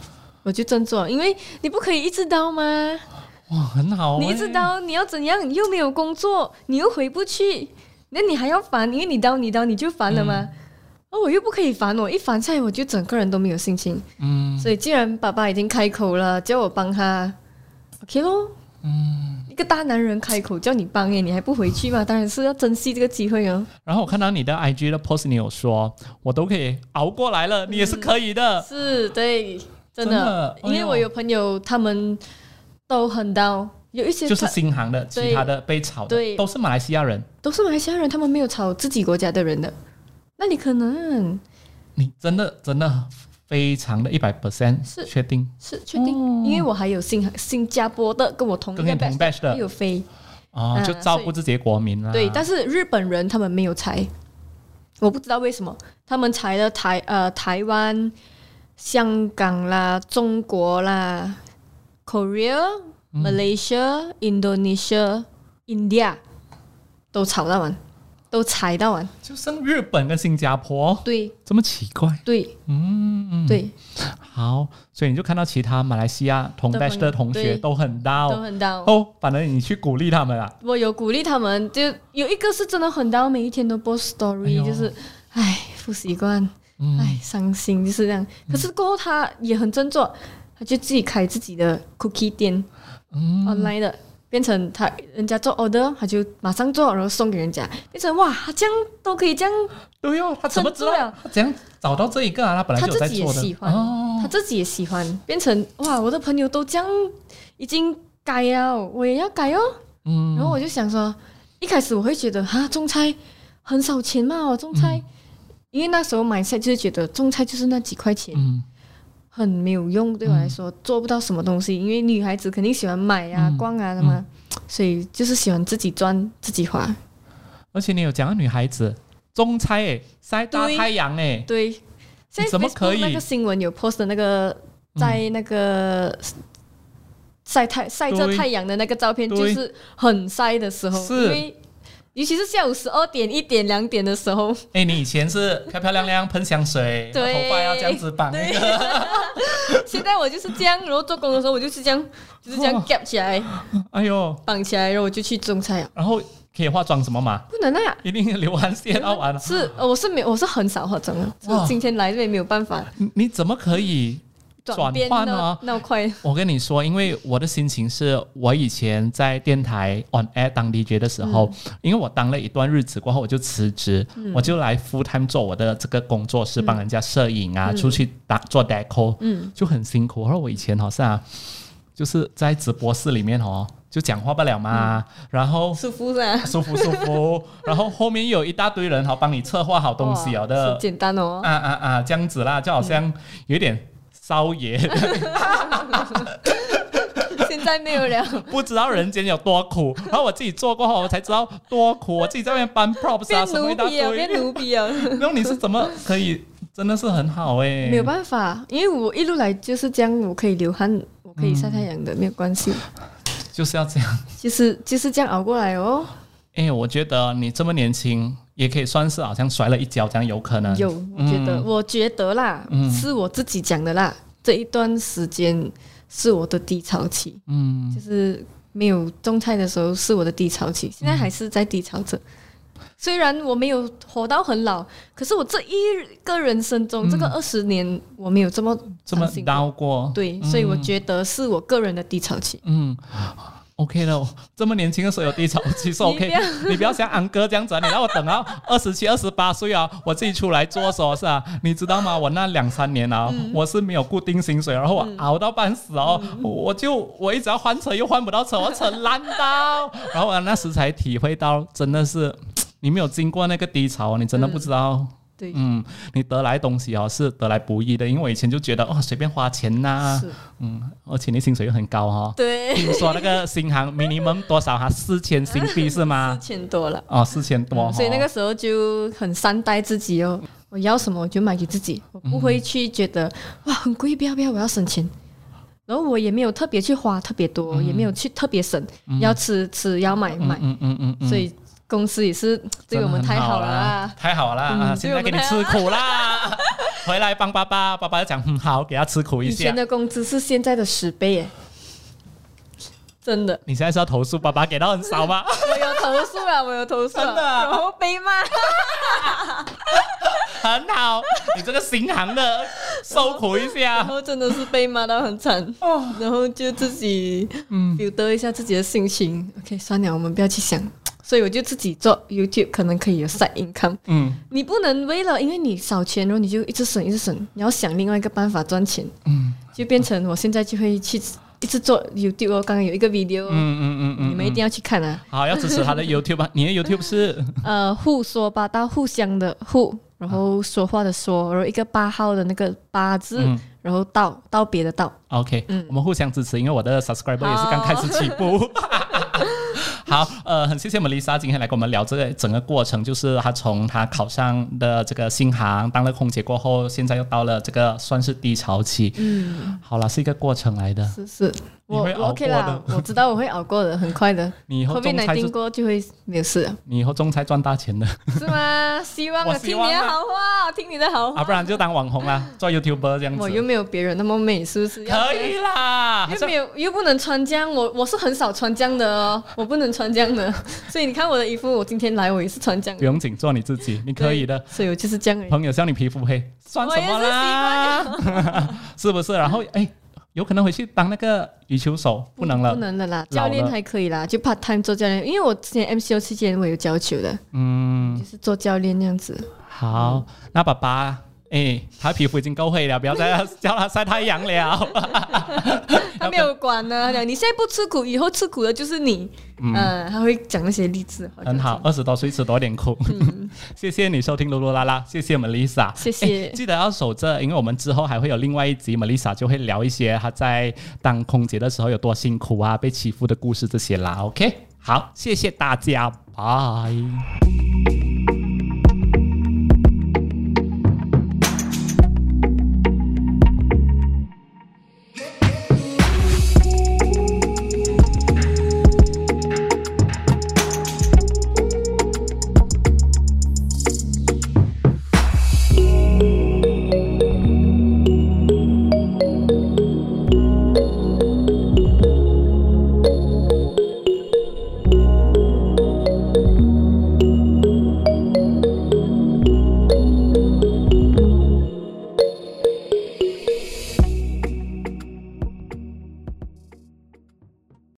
[SPEAKER 2] 我就振作，因为你不可以一直刀吗？
[SPEAKER 1] 哇，很好、欸，
[SPEAKER 2] 你一直刀，你要怎样？你又没有
[SPEAKER 1] 嗯
[SPEAKER 2] 工作，你又回不去，那你还要烦，因为你刀你刀你就烦了吗？而我又不可以烦我，一烦下来我就整个人都没有心情。
[SPEAKER 1] 嗯
[SPEAKER 2] 所以既然爸爸已经开口了，叫我帮他，OK 咯。嗯，一个大男人开口叫你帮诶，你还不回去吗？当然是要珍惜这个机会哦。
[SPEAKER 1] 然后我看到你的 IG 的 post，你有说我都可以熬过来了，你也是可以的。
[SPEAKER 2] 是，对，
[SPEAKER 1] 真
[SPEAKER 2] 真的，
[SPEAKER 1] 的哎呦
[SPEAKER 2] 因为我有朋友他们都很 down，有一些
[SPEAKER 1] 就是
[SPEAKER 2] 他
[SPEAKER 1] 新航的，
[SPEAKER 2] 对
[SPEAKER 1] 其他的被炒的
[SPEAKER 2] 对
[SPEAKER 1] 都是马来西亚人，
[SPEAKER 2] 都是马来西亚人，他们没有吵自己国家的人的。那你可能
[SPEAKER 1] 你真的真的非常的一百 percent
[SPEAKER 2] 是
[SPEAKER 1] 确定
[SPEAKER 2] 是确定，因为我还有新新加坡的跟我同一
[SPEAKER 1] 跟
[SPEAKER 2] 个
[SPEAKER 1] 你同
[SPEAKER 2] batch
[SPEAKER 1] batch
[SPEAKER 2] 的
[SPEAKER 1] 的
[SPEAKER 2] 也有飞，
[SPEAKER 1] 哦，
[SPEAKER 2] 嗯
[SPEAKER 1] 就照顾自己的国民啊啦。
[SPEAKER 2] 对，但是日本人他们没有裁，我不知道为什么他们裁了台呃台湾、香港啦、中国啦、Korea、Malaysia、Indonesia、India 都炒到完，都裁到完，
[SPEAKER 1] 就剩日本跟新加坡，
[SPEAKER 2] 对
[SPEAKER 1] 这么奇怪。
[SPEAKER 2] 对
[SPEAKER 1] 嗯，
[SPEAKER 2] 对，
[SPEAKER 1] 好，所以你就看到其他马来西亚同
[SPEAKER 2] 的
[SPEAKER 1] batch 的
[SPEAKER 2] 朋友
[SPEAKER 1] 同学
[SPEAKER 2] 对
[SPEAKER 1] 都很大
[SPEAKER 2] 都
[SPEAKER 1] 哦，
[SPEAKER 2] 很到。
[SPEAKER 1] 哦反正你去鼓励他们啊啦。
[SPEAKER 2] 我有鼓励他们，就有一个是真的很到，每一天都播 story，、
[SPEAKER 1] 哎呦
[SPEAKER 2] 就是，唉，不习惯，
[SPEAKER 1] 嗯
[SPEAKER 2] 唉，伤心就是这样。可是过后他也很振作，他就自己开自己的 cookie 店、
[SPEAKER 1] 嗯
[SPEAKER 2] o n l i n e 的，变成他人家做 order，他就马上做，然后送给人家，变成哇，他这样都可以这样，
[SPEAKER 1] 对哦，他怎么知道
[SPEAKER 2] 撑住了
[SPEAKER 1] 他怎样找到这一个啊？他本来
[SPEAKER 2] 他
[SPEAKER 1] 就有
[SPEAKER 2] 自
[SPEAKER 1] 在
[SPEAKER 2] 己也
[SPEAKER 1] 做的
[SPEAKER 2] 喜欢，他
[SPEAKER 1] 哦。
[SPEAKER 2] 自己也喜欢，变成哇，我的朋友都这样，已经改了，我也要改哦。
[SPEAKER 1] 嗯，
[SPEAKER 2] 然后我就想说，一开始我会觉得哈，种菜很少钱嘛，哦，种
[SPEAKER 1] 嗯
[SPEAKER 2] 菜，因为那时候买菜就是觉得种菜就是那几块钱，
[SPEAKER 1] 嗯
[SPEAKER 2] 很没有用，对我来说、做不到什么东西，因为女孩子肯定喜欢买呀、
[SPEAKER 1] 嗯
[SPEAKER 2] 逛啊的嘛，所以就是喜欢自己赚自己花。
[SPEAKER 1] 而且你有讲到女孩子种菜诶，晒大
[SPEAKER 2] 对
[SPEAKER 1] 太阳诶，
[SPEAKER 2] 对，现在
[SPEAKER 1] 怎么可以嗯
[SPEAKER 2] Facebook 那个新闻有 post 的那个在那个。晒太晒着
[SPEAKER 1] 对
[SPEAKER 2] 太阳的那个照片，
[SPEAKER 1] 对
[SPEAKER 2] 就是很晒的时候，
[SPEAKER 1] 是
[SPEAKER 2] 因为尤其是下午十二点、一点、两点的时候，
[SPEAKER 1] 诶，哎你以前是漂漂亮亮喷香水，头
[SPEAKER 2] 对
[SPEAKER 1] 发要这样子绑那个，
[SPEAKER 2] 现在我就是这样，然后做工的时候我就是这样，就是这样
[SPEAKER 1] 哇
[SPEAKER 2] gap 起来，
[SPEAKER 1] 哎呦，
[SPEAKER 2] 绑起来，然后我就去种菜啊，
[SPEAKER 1] 然后可以化妆什么嘛？
[SPEAKER 2] 不能啊。
[SPEAKER 1] 一定流汗腺要完了。
[SPEAKER 2] 是，呃我是没，我是很少化妆的，
[SPEAKER 1] 哇
[SPEAKER 2] 就今天来这边没有办法
[SPEAKER 1] 你你怎么可以转
[SPEAKER 2] 变
[SPEAKER 1] 换啊
[SPEAKER 2] 那
[SPEAKER 1] 呢？
[SPEAKER 2] 那么快，
[SPEAKER 1] 我跟你说，因为我的心情是我以前在电台 on air 当 DJ 的时候，
[SPEAKER 2] 嗯
[SPEAKER 1] 因为我当了一段日子过后，我就辞职，我就来 full time 做我的这个工作是帮人家摄影啊，出去打做 deco，
[SPEAKER 2] 嗯
[SPEAKER 1] 就很辛苦。然后我以前好像、啊、就是在直播室里面哦，就讲话不了嘛，
[SPEAKER 2] 嗯
[SPEAKER 1] 然后。
[SPEAKER 2] 舒服噻，
[SPEAKER 1] 舒服舒 服，然后后面又有一大堆人哈，帮你策划好东西
[SPEAKER 2] 哇
[SPEAKER 1] 了的
[SPEAKER 2] 是，嗯简单哦，
[SPEAKER 1] 啊啊啊，这样子啦，就好像有点骚爷，
[SPEAKER 2] 现在没 有了，
[SPEAKER 1] 不知道人间有多 苦。然后我自己做过后，我才知道多苦。我自己在外面搬 props 啊，
[SPEAKER 2] 变
[SPEAKER 1] 什么
[SPEAKER 2] 奴
[SPEAKER 1] 一大
[SPEAKER 2] 婢啊，
[SPEAKER 1] 堆
[SPEAKER 2] 变。奴婢啊，
[SPEAKER 1] 然后你是怎么可以？真的是很好哎、
[SPEAKER 2] 没有办法，因为我一路来就是这样，我可以流汗，我可以晒太阳的，没有关系，
[SPEAKER 1] 就是要这样。
[SPEAKER 2] 就是就是这样熬过来哦，
[SPEAKER 1] 哎、我觉得你这么年轻，也可以算是好像摔了一跤这样，有可能
[SPEAKER 2] 有，我觉
[SPEAKER 1] 嗯
[SPEAKER 2] 得，我觉得啦，是我自己讲的啦。这一段时间是我的低潮期，
[SPEAKER 1] 嗯，
[SPEAKER 2] 就是没有种菜的时候是我的低潮期，现在还是在低潮着。虽然我没有活到很老，可是我这一个人生中，这个二十年我没有这么
[SPEAKER 1] 嗯这么
[SPEAKER 2] 伤心过
[SPEAKER 1] 刀过。
[SPEAKER 2] 对，所以我觉得是我个人的低潮期。
[SPEAKER 1] 嗯，OK 了，这么年轻的时候有低潮期 是
[SPEAKER 2] 你
[SPEAKER 1] OK，
[SPEAKER 2] 不要
[SPEAKER 1] 你不要像安哥这样子啊，你让我等 到二十七、二十八岁啊，我自己出来做时候是啊，你知道吗？我那两三年啊，
[SPEAKER 2] 嗯
[SPEAKER 1] 我是没有固定薪水，然后我熬到半死哦，我就我一直要换车又换不到车，我车烂到， 然后我那时才体会到，真的是你没有经过那个低潮，你真的不知道。
[SPEAKER 2] 对，
[SPEAKER 1] 嗯，你得来的东西哦是得来不易的，因为我以前就觉得哦随便花钱呐、
[SPEAKER 2] 是，
[SPEAKER 1] 嗯，而且你薪水又很高哦，
[SPEAKER 2] 对，
[SPEAKER 1] 听说那个新航 minimum 多少哈？四千新币是 吗？
[SPEAKER 2] 欠多了。
[SPEAKER 1] 哦，四千多、
[SPEAKER 2] 嗯所以那个，时候就很善待自己哦。我要什么我就买给自己，我不会去觉得、哇很贵，不要不要，我要省钱。然后我也没有特别去花特别多，也没有去特别省，要吃吃，要买买，
[SPEAKER 1] 嗯嗯嗯嗯，
[SPEAKER 2] 所以公司也是对我们太好了啊
[SPEAKER 1] 啦
[SPEAKER 2] 啦，。
[SPEAKER 1] 太好啦！
[SPEAKER 2] 嗯
[SPEAKER 1] 啊
[SPEAKER 2] 对
[SPEAKER 1] 现
[SPEAKER 2] 我
[SPEAKER 1] 在
[SPEAKER 2] 们
[SPEAKER 1] 给你吃苦啦， 回来帮爸爸，爸爸就讲嗯好，给他吃苦一
[SPEAKER 2] 以
[SPEAKER 1] 下
[SPEAKER 2] 前。的工资是现在的十倍耶，真的，
[SPEAKER 1] 你现在是要投诉爸爸给到很少 吗？
[SPEAKER 2] 我有投诉了，我有投诉
[SPEAKER 1] 真的
[SPEAKER 2] 了，
[SPEAKER 1] 啊
[SPEAKER 2] 然后被骂。
[SPEAKER 1] 很好，你这个行行的，受苦一
[SPEAKER 2] 然
[SPEAKER 1] 下。
[SPEAKER 2] 后真的是被骂到很 惨，
[SPEAKER 1] 哦
[SPEAKER 2] 然后就自己
[SPEAKER 1] 嗯
[SPEAKER 2] filter 一下自己的心情。OK，算了，我们不要去想。所以我就自己做 YouTube，可能可以有 side income。
[SPEAKER 1] 嗯，
[SPEAKER 2] 你不能为了因为你少钱，然后你就一直省一直省，你要想另外一个办法赚钱。嗯，就变成我现在就会去一直做 YouTube 哦。刚刚有一个 video，、
[SPEAKER 1] 嗯嗯嗯嗯，
[SPEAKER 2] 你们一定要去看啊。
[SPEAKER 1] 好，要支持 他的 YouTube 吧。你的 YouTube 是
[SPEAKER 2] 呃，互说八道，互相的互，然后说话的说，然后一个八号的那个八字，
[SPEAKER 1] 嗯
[SPEAKER 2] 然后道道别的道。
[SPEAKER 1] OK，、
[SPEAKER 2] 嗯
[SPEAKER 1] 我们互相支持，因为我的 subscriber
[SPEAKER 2] 好
[SPEAKER 1] 也是刚开始起步。 好，呃，很谢谢我们 Lisa 今天来跟我们聊这个整个过程，就是她从她考上的这个新航当了空姐过后，现在又到了这个算是低潮期。嗯，好了，是一个过程来的。
[SPEAKER 2] 是是，
[SPEAKER 1] 你
[SPEAKER 2] 我
[SPEAKER 1] 会
[SPEAKER 2] 我
[SPEAKER 1] 熬
[SPEAKER 2] OK
[SPEAKER 1] 过
[SPEAKER 2] 啦，我知道我会熬过的，很快的。
[SPEAKER 1] 你以后
[SPEAKER 2] COVID
[SPEAKER 1] 中
[SPEAKER 2] 奶
[SPEAKER 1] 餐
[SPEAKER 2] 经
[SPEAKER 1] 是，
[SPEAKER 2] 过就会没有 事了，
[SPEAKER 1] 你以后中餐赚大钱的
[SPEAKER 2] 是吗？希望
[SPEAKER 1] 我
[SPEAKER 2] 我
[SPEAKER 1] 希
[SPEAKER 2] 听
[SPEAKER 1] 望
[SPEAKER 2] 你的
[SPEAKER 1] 啊
[SPEAKER 2] 好话，我听你的好
[SPEAKER 1] 啊，
[SPEAKER 2] 话。
[SPEAKER 1] 不然就当网红啦，做 YouTuber 这样
[SPEAKER 2] 哦我又
[SPEAKER 1] 子。
[SPEAKER 2] 没有别人那么美，是不是？要
[SPEAKER 1] 可以啊啦，好
[SPEAKER 2] 又
[SPEAKER 1] 像
[SPEAKER 2] 没有，又不能穿这样，我我是很少穿这样的哦，我不能穿这样的， 所以你看我的衣服，我今天来我也是穿这样
[SPEAKER 1] 不
[SPEAKER 2] 的，
[SPEAKER 1] 用紧，做你自己，你可以的。
[SPEAKER 2] 所以我就是这样而已。
[SPEAKER 1] 朋友笑你皮肤黑，算什么啦？ 是不是？然后哎，有可能回去当那个羽球手，嗯不能了。
[SPEAKER 2] 不能了啦，
[SPEAKER 1] 老
[SPEAKER 2] 教
[SPEAKER 1] 了
[SPEAKER 2] 练还可以啦，就 part time 做教练，因为我之前 MCO 期间我有教球的，
[SPEAKER 1] 嗯，
[SPEAKER 2] 就是做教练那样子。
[SPEAKER 1] 好，那爸爸。哎，他皮肤已经够黑了，不要再 叫他晒太阳了。
[SPEAKER 2] 他没有管呢、他讲你现在不吃苦，以后吃苦的就是你。嗯、他会讲那些励志。
[SPEAKER 1] 很好，，二十多岁吃多点苦。 谢谢你收听噜噜啦啦，谢谢 Melissa，
[SPEAKER 2] 谢谢
[SPEAKER 1] 哎记得要守着，因为我们之后还会有另外一集，Melissa 就会聊一些她在当空姐的时候有多辛苦啊，被欺负的故事这些啦。OK，好，谢谢大家，拜。